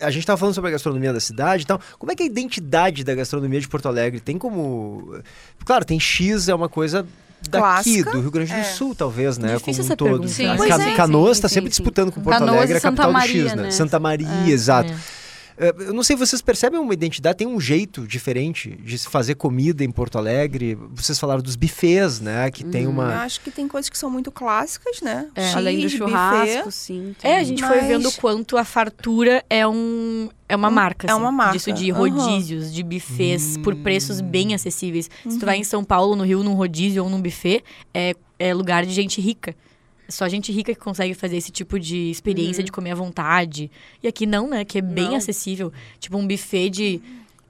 a gente tava falando sobre a gastronomia da cidade e tal, como é que é a identidade da gastronomia de Porto Alegre tem como... Claro, tem X, é uma coisa daqui, Clássica, do Rio Grande do é. Sul, Sul, talvez, né? Difícil como um essa todo. pergunta. Sim. A Pois Ca- é, Canoas sim, está sim, sempre sim. disputando com Porto Canoas Alegre, e a capital Santa do X, Maria, né? né? Santa Maria, exato. É. É, Eu não sei, vocês percebem uma identidade, tem um jeito diferente de se fazer comida em Porto Alegre. Vocês falaram dos buffets, né? Que tem Eu uma. acho que tem coisas que são muito clássicas, né? É. X, Além do buffet. churrasco, sim. É, a gente foi Mas- vendo o quanto a fartura é um é uma marca. é assim, uma marca, Disso de aham. rodízios, de buffets por preços bem Uhum. acessíveis. Se tu vai em São Paulo, no Rio, num rodízio ou num buffet, é, é lugar de gente rica. só gente rica que consegue fazer esse tipo de experiência Uhum. de comer à vontade. E aqui não, né? Que é bem acessível. Tipo um buffet de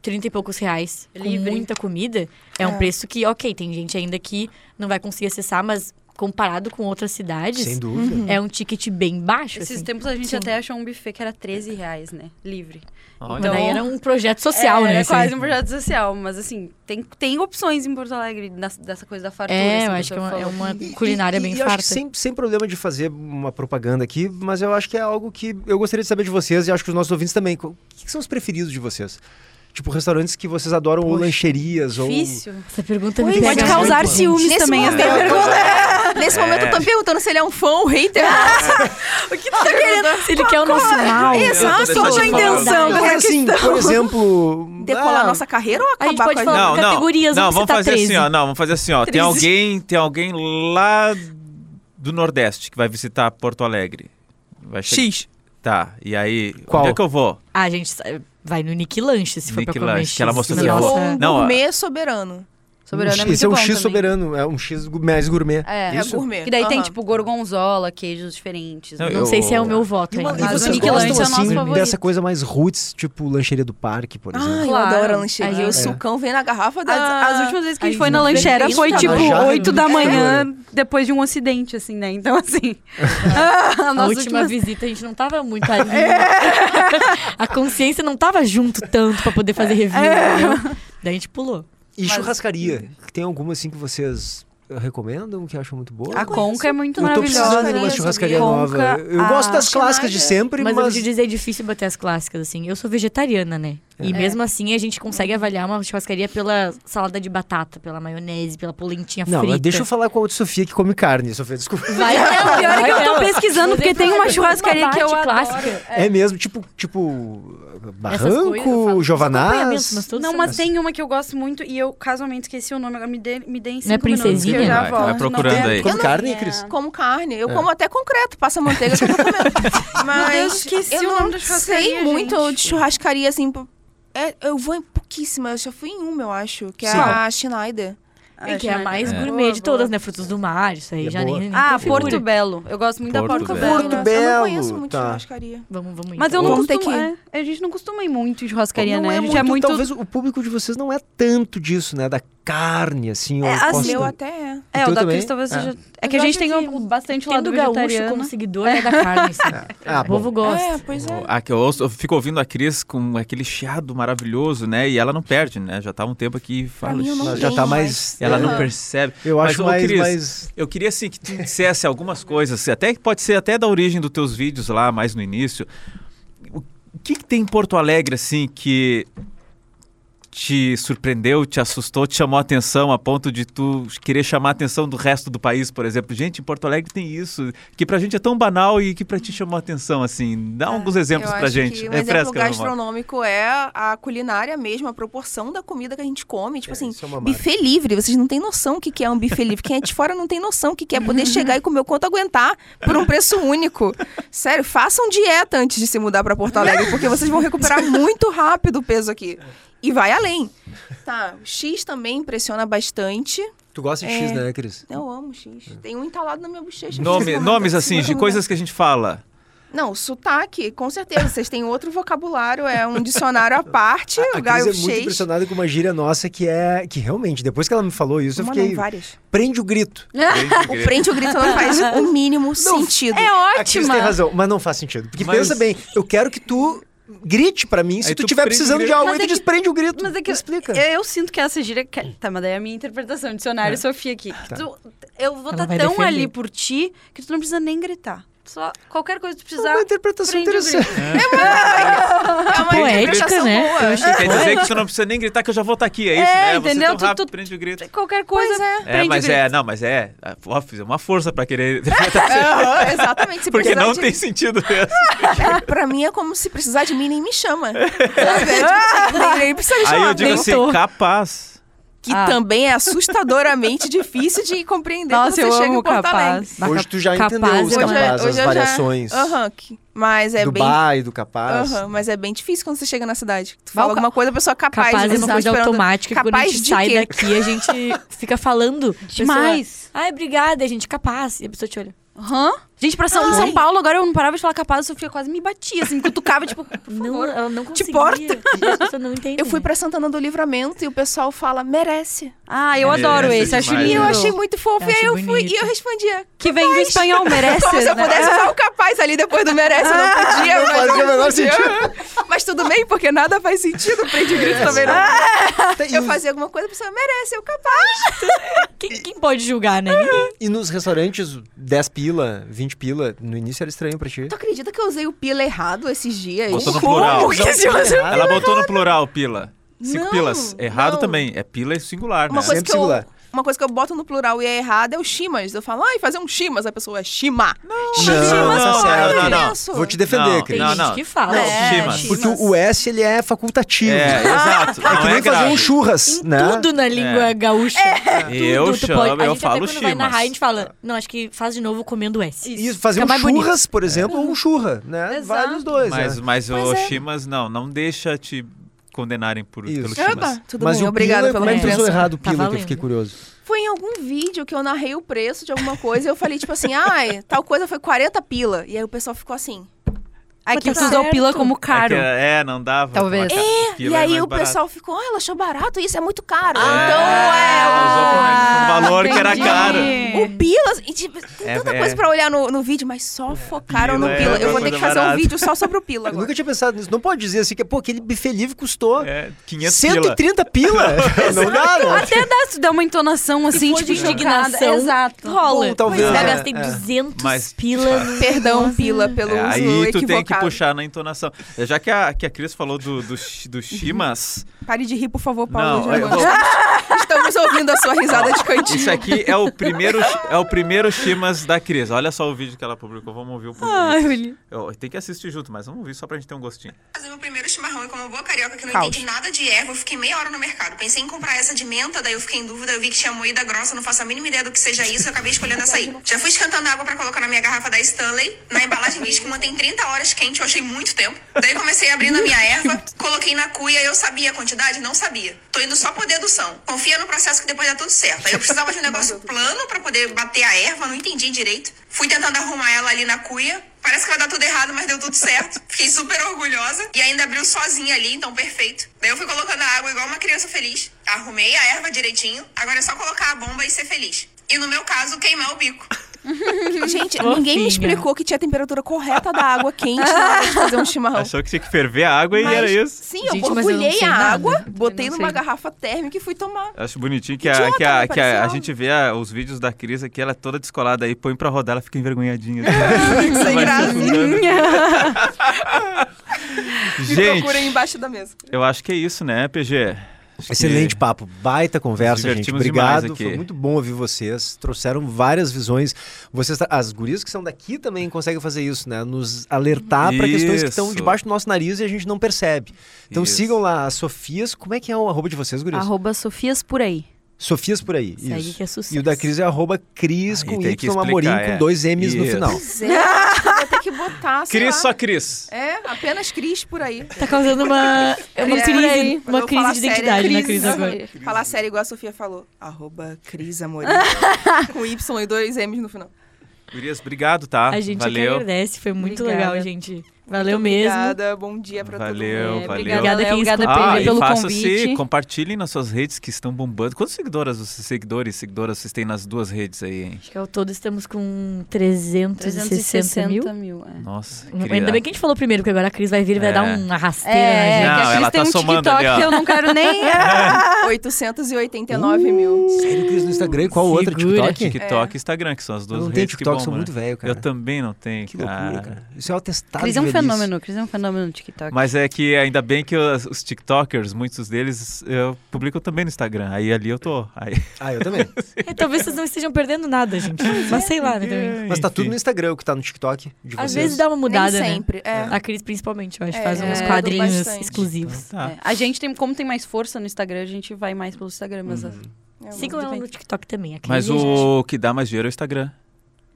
30 e poucos reais Livre. com muita comida. É, um preço que, ok, tem gente ainda que não vai conseguir acessar, mas comparado com outras cidades, Sem dúvida. é um ticket bem baixo. Esses assim. tempos a gente Sim. até achou um buffet que era 13 reais, né? Livre. Então, Olha. Mas daí era um projeto social, é, né? Era assim. quase um projeto social, mas assim, tem, tem opções em Porto Alegre nas- dessa coisa da fartura. É, assim, eu a acho que é pessoa uma, é falou. uma E- e- culinária e- bem e eu acho farta. que sem, sem problema de fazer uma propaganda aqui, mas eu acho que é algo que eu gostaria de saber de vocês e acho que os nossos ouvintes também. O que que são os preferidos de vocês? Tipo, restaurantes que vocês adoram ou lancherias Difícil. Essa pergunta né? assim, me Pois pega Pode é. muito. causar muito. ciúmes Nesse também. momento, essa eu pergunta. pergunto- Nesse momento eu tô me perguntando se ele é um fã ou hater. O que tu tá querendo? Se ele um quer o nosso mal. Isso, eu tô qual deixando a sua de intenção? falar. ou. Qual é a Mas assim, por exemplo. Decolar ah, nossa carreira ou A gente acabar pode com a falar- Não, não. categorias, não, vamos vamos tá citar fazer 13. assim, ó. Não, vamos fazer assim, ó. Tem 13. alguém, tem alguém lá do Nordeste que vai visitar Porto Alegre. Vai che- X. Tá, e aí, Qual? onde é que eu vou? Ah, gente, sa- vai no Nick Lanche, se for Nick pra comer Lanche, X. que ela mostrou na que ela- Ou nossa- um Não, gourmet soberano. Soberano um é X, muito é um bom X também. soberano, é um X gu- mais gourmet. É, É gourmet. E daí tem, Aham. tipo, gorgonzola, queijos diferentes. Não, né? Não Eu- sei se é o meu voto E, uma, ainda. e Mas mas o vocês Nick gostam Lanche é o nosso assim, favorito. Ah, dessa coisa mais roots, tipo lancheria do parque, por exemplo? Ai, Claro. eu adoro a Aí lancheria. eu- o sucão vem na garrafa da... As, as últimas vezes que a Ah, gente Aí foi na não tem lanchera isso, foi tá tipo bom. Já- 8 da É. manhã, depois de um acidente, assim, né? Então, assim. a na nossa última última visita a gente não tava muito ali. É. a consciência não tava junto tanto pra poder fazer review. É. entendeu? Daí a gente pulou. E churrascaria. Tem alguma assim que vocês eh, recomendam, que acham muito boa? A Conca é muito Eu tô né? precisando de maravilhosa. né, uma sabia? churrascaria Conca, nova. Eu a gosto das clássicas de Schneider. sempre, Mas, mas. eu vou te dizer, é difícil bater as clássicas, assim. Eu sou vegetariana, né? E mesmo assim a gente consegue avaliar uma churrascaria pela salada de batata, pela maionese, pela polentinha Não, mas frita. deixa eu falar com a outra Sofia que come carne, Sofia, desculpa. Vai, O não, pior é que eu tô pesquisando, porque tem uma Uma churrascaria que eu bate adoro. clássica. É. mesmo, tipo, tipo Barranco, Jovanás. Jovanás. Não, mas tem uma que eu gosto muito e eu casualmente esqueci o nome. agora Me dê, me dê em cinco Não é minutos que eu princesinha? já Vai, volto. vai procurando Não, aí. eu Come não- carne, é. Cris? É. Como carne. Eu como até concreto, passa manteiga que eu tô comendo. Mas Meu Deus, esqueci eu o nome não da churrascaria, sei muito gente. de churrascaria, assim. pô. É, eu vou em pouquíssima. Eu só fui em uma, eu acho. Que é Sim. a Schneider. É que é a mais É. gourmet Boa, de boa. todas, né? Frutos do mar, isso aí. É já boa. nem, nem Ah, configura. Porto Belo. Eu gosto muito da Porto Porto Belo. Belo. É. Porto Eu não conheço Belo, muito tá. churrascaria. Vamos, vamos. Mas eu então. não Vamos ter costumo. que é, a gente não costuma ir muito em churrascaria, Não né? é a gente é muito. Talvez o público de vocês não é tanto disso, né? Da carne, assim. É, eu assim, O posso- meu até é. É, teu o da também? Cris talvez É. seja. É Eu que a gente acho tem que um- bastante Tem lado do gaúcho vegetariano. como seguidor é da carne, assim. Ah, O bom. povo gosta. É, pois é. Ah, que eu, ouço- eu fico ouvindo a Cris com aquele chiado maravilhoso, né? E ela não perde, né? Já tá há um tempo aqui fala. mim, eu não "Shh". Mas já tá mais. um Ela não Aham. percebe. Eu Mas, acho ô, mais, Cris, mais. Eu queria assim que tu dissesse algumas coisas, até que pode ser até da origem dos teus vídeos lá, mais no início. O que, que tem em Porto Alegre assim que te surpreendeu, te assustou, te chamou a atenção a ponto de tu querer chamar a atenção do resto do país, por exemplo? Gente, em Porto Alegre tem isso, que pra gente é tão banal e que pra ti chamou a atenção assim. Dá alguns exemplos Ah, eu pra acho gente. É Que um Refresca exemplo a memória. gastronômico é a culinária mesmo, a proporção da comida que a gente come. Tipo assim, isso é uma marca. buffet livre. Vocês não têm noção o que que é um buffet livre. Quem é de fora não tem noção o que que é poder chegar e comer o quanto aguentar por um preço único. Sério, façam dieta antes de se mudar pra Porto Alegre, porque vocês vão recuperar muito rápido o peso aqui. E vai além. Tá, o X também impressiona bastante. Tu gosta de X, É. né, Cris? Eu amo X. Tem um entalado na minha bochecha. Nome- nomes assim, de coisas que a gente fala. Não, sotaque, com certeza. Vocês têm outro vocabulário, é um dicionário à parte, A o Gaio Cris é muito impressionada com uma gíria nossa que é. Que realmente, depois que ela me falou isso, eu Uma fiquei. não, várias. Prende o grito. O frente e o grito não faz o mínimo sentido. É A Cris tem ótima. razão, mas não faz sentido. Porque Mas- pensa bem, eu quero que tu grite pra mim se Aí tu tu estiver prende o precisando de grito. algo. Mas Aí tu é que- diz, prende o grito. Mas é que Me explica. eu, eu sinto que essa gíria. que- Tá, mas daí é a minha interpretação, É. dicionário Sofia aqui. Tá. Tu- eu vou Ela estar vai tão defender. ali por ti que tu não precisa nem gritar. Só qualquer coisa que tu É precisar. uma um interpretação prende o grito. interessante. É uma Poética, interpretação né? boa. Eu achei Quer dizer que tu não precisa nem gritar que eu já vou estar aqui, é isso, É, né? Você entendeu? tão Tu- rápido, tu- prende o grito. Qualquer coisa. Pois é. prende É, o mas grito. é, não, mas é. Ó, fiz uma força pra querer. Aham, exatamente. Se Porque precisar não de... tem sentido mesmo. É, pra mim é como se precisar de mim, nem me chama. Sabe? É, tipo, nem- nem precisa me Aí chamar. eu digo Nem assim, tô. capaz. Que Ah. também é assustadoramente difícil de compreender Nossa, quando você eu chega em amo Porto Alegre. capaz. Hoje tu já Capaz, entendeu os Hoje eu- é- capazes, as hoje eu já- variações. Aham, que- mas é do bem bar e do capaz. Aham, mas é bem difícil quando você chega na cidade. Tu Mal fala ca- alguma coisa, a pessoa é capaz. Capaz é eles uma estão coisa esperando. automática. Quando a Capaz gente de sai quê? daqui, a gente fica falando. Demais. Pessoa, Ai, obrigada, gente. Capaz. E a pessoa te olha. Hã? Gente, pra São, em São Paulo, agora eu não parava de falar capaz, eu Sofia quase me batia, assim, me cutucava, tipo, por favor. Não, ela não conseguia. porta. Gente, eu não entendi. Eu fui pra Santana do Livramento e o pessoal fala, merece. Ah, eu É, adoro é esse, acho demais, lindo. né? E eu achei muito fofo. Eu e aí acho eu fui bonito. e eu respondia, que vem do espanhol, merece. Como se eu né? pudesse usar o capaz ali depois do merece, eu não podia. mas fazia o eu menor podia. sentido. Mas tudo bem, porque nada faz sentido. Prendi grito também não. Tem- Eu Ah! e- fazia alguma coisa, a pessoa merece, eu capaz. Quem, quem pode julgar, né? Ninguém. E nos restaurantes, 10 pila, 20 pila, no início era estranho pra ti. Tu acredita que eu usei o pila errado esses dias? Botou no Como plural. que se tá usa? Ah, Ela botou no plural, pila. Cinco Não, pilas. Errado não. também. É pila e singular, Uma né? coisa, Sempre que eu, singular. uma coisa que eu boto no plural e é errada é o chimas. Eu falo, ai, fazer um chimas. A pessoa é shima. não, tá não, certo. não, não. Isso. Vou te defender, Não, Cris. Tem não, gente não. que fala. Não, É, chimas. chimas. Porque o S, ele é facultativo. É, exato. É que não nem é fazer grave. É, um churras, né? Tudo na língua gaúcha. É, Tudo, Eu tu chamo, pode- a eu gente falo até quando vai chimas. narrar, a gente fala, não, acho que faz de novo comendo S. Isso, fazer Fica um mais churras, bonito. por exemplo, ou um churra, né? Exato. Vale os dois, Mas, né? mas o Shimas, não, não deixa te condenarem por, pelo Isso. Shimas. Opa, tudo mas bem, o obrigada pila, pela como é que tu lembrança. usou errado o Tá pila, que eu valendo. fiquei curioso. Foi em algum vídeo que eu narrei o preço de alguma coisa e eu falei, tipo assim, ai, tal coisa foi 40 pila. E aí o pessoal ficou assim. Ai, Mas que tá tu usou certo. pila como caro. É, que, é, não dava. Talvez. É, e aí o pessoal ficou, ah, ela achou barato isso, é muito caro. então, ela usou é. um valor que era entendi. caro. O, o Pilas, e, tipo, tem É, tanta é. coisa pra olhar no, no vídeo, mas só focaram Pila no é Pila. Eu uma vou ter coisa que fazer barata. um vídeo só sobre o Eu Pila agora. nunca tinha pensado nisso. Não pode dizer assim que, pô, aquele buffet livre custou É, 500 pila. É, 130 pila. Não dá, né? Até dá, se dá uma entonação assim, for tipo, de indignação, indignação. Exato. Rola. Bom, talvez, Já é, gastei é. 200 Mas- pilas. Perdão, Pila, pelo É, uso aí tu tem que equivocado. puxar na entonação. É, Já que a, que a Cris falou do, do, chi- do Shimas, Pare de rir, por favor, Paulo. não, já eu agora. vou- Estamos ouvindo a sua risada de cantinho. isso aqui é o primeiro é o primeiro Shimas da Cris. Olha só o vídeo que ela publicou, vamos ouvir um pouquinho. Eu- Tem que assistir junto, mas vamos ouvir só pra gente ter um gostinho. Tá fazer meu primeiro chimarrão e como boa carioca que não Caos. entende nada de erva, eu fiquei meia hora no mercado. Pensei em comprar essa de menta, daí eu fiquei em dúvida, eu vi que tinha moída grossa, não faço a mínima ideia do que seja isso, eu acabei escolhendo essa aí. Já fui esquentando água pra colocar na minha garrafa da Stanley. Na embalagem diz que mantém 30 horas quente, eu achei muito tempo. Daí comecei abrindo a minha erva, coloquei na cuia, eu sabia a quantidade? Não sabia. Tô indo só por dedução. Confia no processo que depois dá tá tudo certo. Aí eu precisava de um negócio plano pra poder bater a erva, não entendi direito. Fui tentando arrumar ela ali na cuia, Parece que vai dar tudo errado, mas deu tudo certo. Fiquei super orgulhosa. E ainda abriu sozinha ali, então perfeito. Daí eu fui colocando a água igual uma criança feliz. Arrumei a erva direitinho. Agora é só colocar a bomba e ser feliz. E no meu caso, queimar o bico. Gente, ninguém me Fofinha. explicou que tinha a temperatura correta da água quente na hora de fazer um chimarrão. Achou que tinha que ferver a água e Mas- era isso. Sim, eu Gente, mas eu não mergulhei sei a nada. água, Eu botei não numa sei. garrafa térmica e fui tomar. Acho bonitinho que, a, Idiota, que, a, né? que a- a Parecia um- gente vê a- os vídeos da Cris aqui, ela é toda descolada aí, põe pra rodar, ela fica envergonhadinha. assim. Sem Vai se graça. afundando. Me procurem gente, embaixo da mesa. eu acho que é isso, né, PG? Acho que- Excelente papo, baita conversa, gente. divertimos demais Obrigado, aqui. foi muito bom ouvir vocês. Trouxeram várias visões. Vocês, tra- as gurias que são daqui também conseguem fazer isso, né? Nos alertar para questões que estão Isso. debaixo do nosso nariz e a gente não percebe. Então Isso. sigam lá as Sofias. Como é que é o arroba de vocês, gurias? Arroba Sofias por aí. Sofias por aí. Segue isso. que é sucesso. E o da Cris é arroba Cris Aí com Ah, tem que Y Amorim explicar, com é. dois M's no Isso. final. Zé, acho que eu vou ter que botar, sei Cris lá. só Cris. É, apenas Cris por aí. Tá causando uma, uma É, por aí. crise, uma Vou crise falar de sério, identidade na Cris. Cris agora. Aham. Falar sério igual a Sofia falou. Arroba Cris Amorim. Com Y e dois M's no final. Gurias, obrigado, tá? A gente aqui Valeu. agradece, foi muito Obrigada. legal, gente. Valeu mesmo. Obrigada, bom dia pra todo mundo. Valeu, É, valeu. Obrigada, Léo, quem obrigada, escutou. PG, Ah, e pelo faça-se, convite. compartilhem nas suas redes que estão bombando. Quantos seguidoras, vocês, seguidores, seguidoras vocês têm nas duas redes aí, hein? Acho que ao todo estamos com 360, mil. mil. é. Nossa, Ainda queria- bem que a gente falou primeiro, porque agora a Cris vai vir e vai É. dar uma rasteira É, na é, gente. Não, que a Cris ela tem tá um somando TikTok ali, ó. que eu não quero nem. 889 Uh, mil. Sério, Cris, no Instagram. e Qual Segura. outra? TikTok? É. TikTok e Instagram, que são as Eu duas não tenho redes que TikTok, sou bombam, muito né? velho, cara. Eu Ah. também não tenho, Que loucura, cara. Isso é um atestado Cris de é um velhice. fenômeno, Cris é um fenômeno no TikTok. Mas é que ainda bem que os, os TikTokers, muitos deles, eu publico também no Instagram. Aí ali eu tô. Aí, Ah, eu também. É, talvez vocês não estejam perdendo nada, gente. Mas é. sei lá, né? Também. Mas tá tudo no Enfim. Instagram o que tá no TikTok de vocês. Às vezes dá uma mudada, Nem né? sempre. É. A Cris, principalmente, eu acho, É, faz uns eu quadrinhos bastante. exclusivos. Tá. É, A gente tem, como tem mais força no Instagram, a gente vai mais Uhum. pelo Instagram. Mas Eu Sigam gosto ela também. no TikTok também, a Cris Mas e a gente. o que dá mais dinheiro é o Instagram.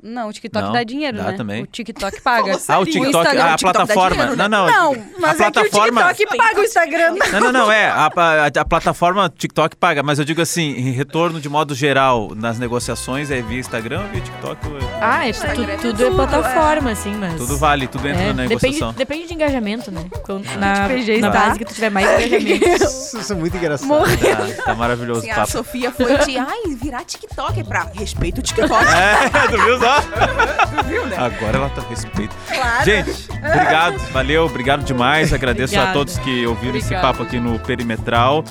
Não, o TikTok Não, dá dinheiro, dá né? também. O TikTok paga. Ah, o TikTok, Instagram, ah, a o TikTok dá plataforma. dinheiro, não, né? não. Não, mas a é que o plataforma. TikTok paga o Instagram. né? Não, não, não, é. A, a, a plataforma TikTok paga, mas eu digo assim, em retorno de modo geral nas negociações é via Instagram, via TikTok, é- Ah, é, tu- tudo é plataforma, assim, mas... tudo vale, tudo entra É, na negociação. É. depende, depende de engajamento, né? Quando- na PG na está. base que tu tiver mais engajamento. Isso, isso é muito engraçado. Tá, tá maravilhoso Assim, o a papo. Sofia foi de, ai, virar TikTok pra respeito o TikTok. É, tu viu só? né? Agora ela tá com respeito. é Ah, Gente, obrigado, valeu, obrigado demais. Agradeço a Obrigada. todos que ouviram esse Obrigada, papo aqui no Perimetral.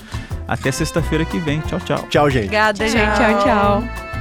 Até sexta-feira que vem. Tchau, tchau. Tchau, gente. Obrigada, gente. Tchau, tchau.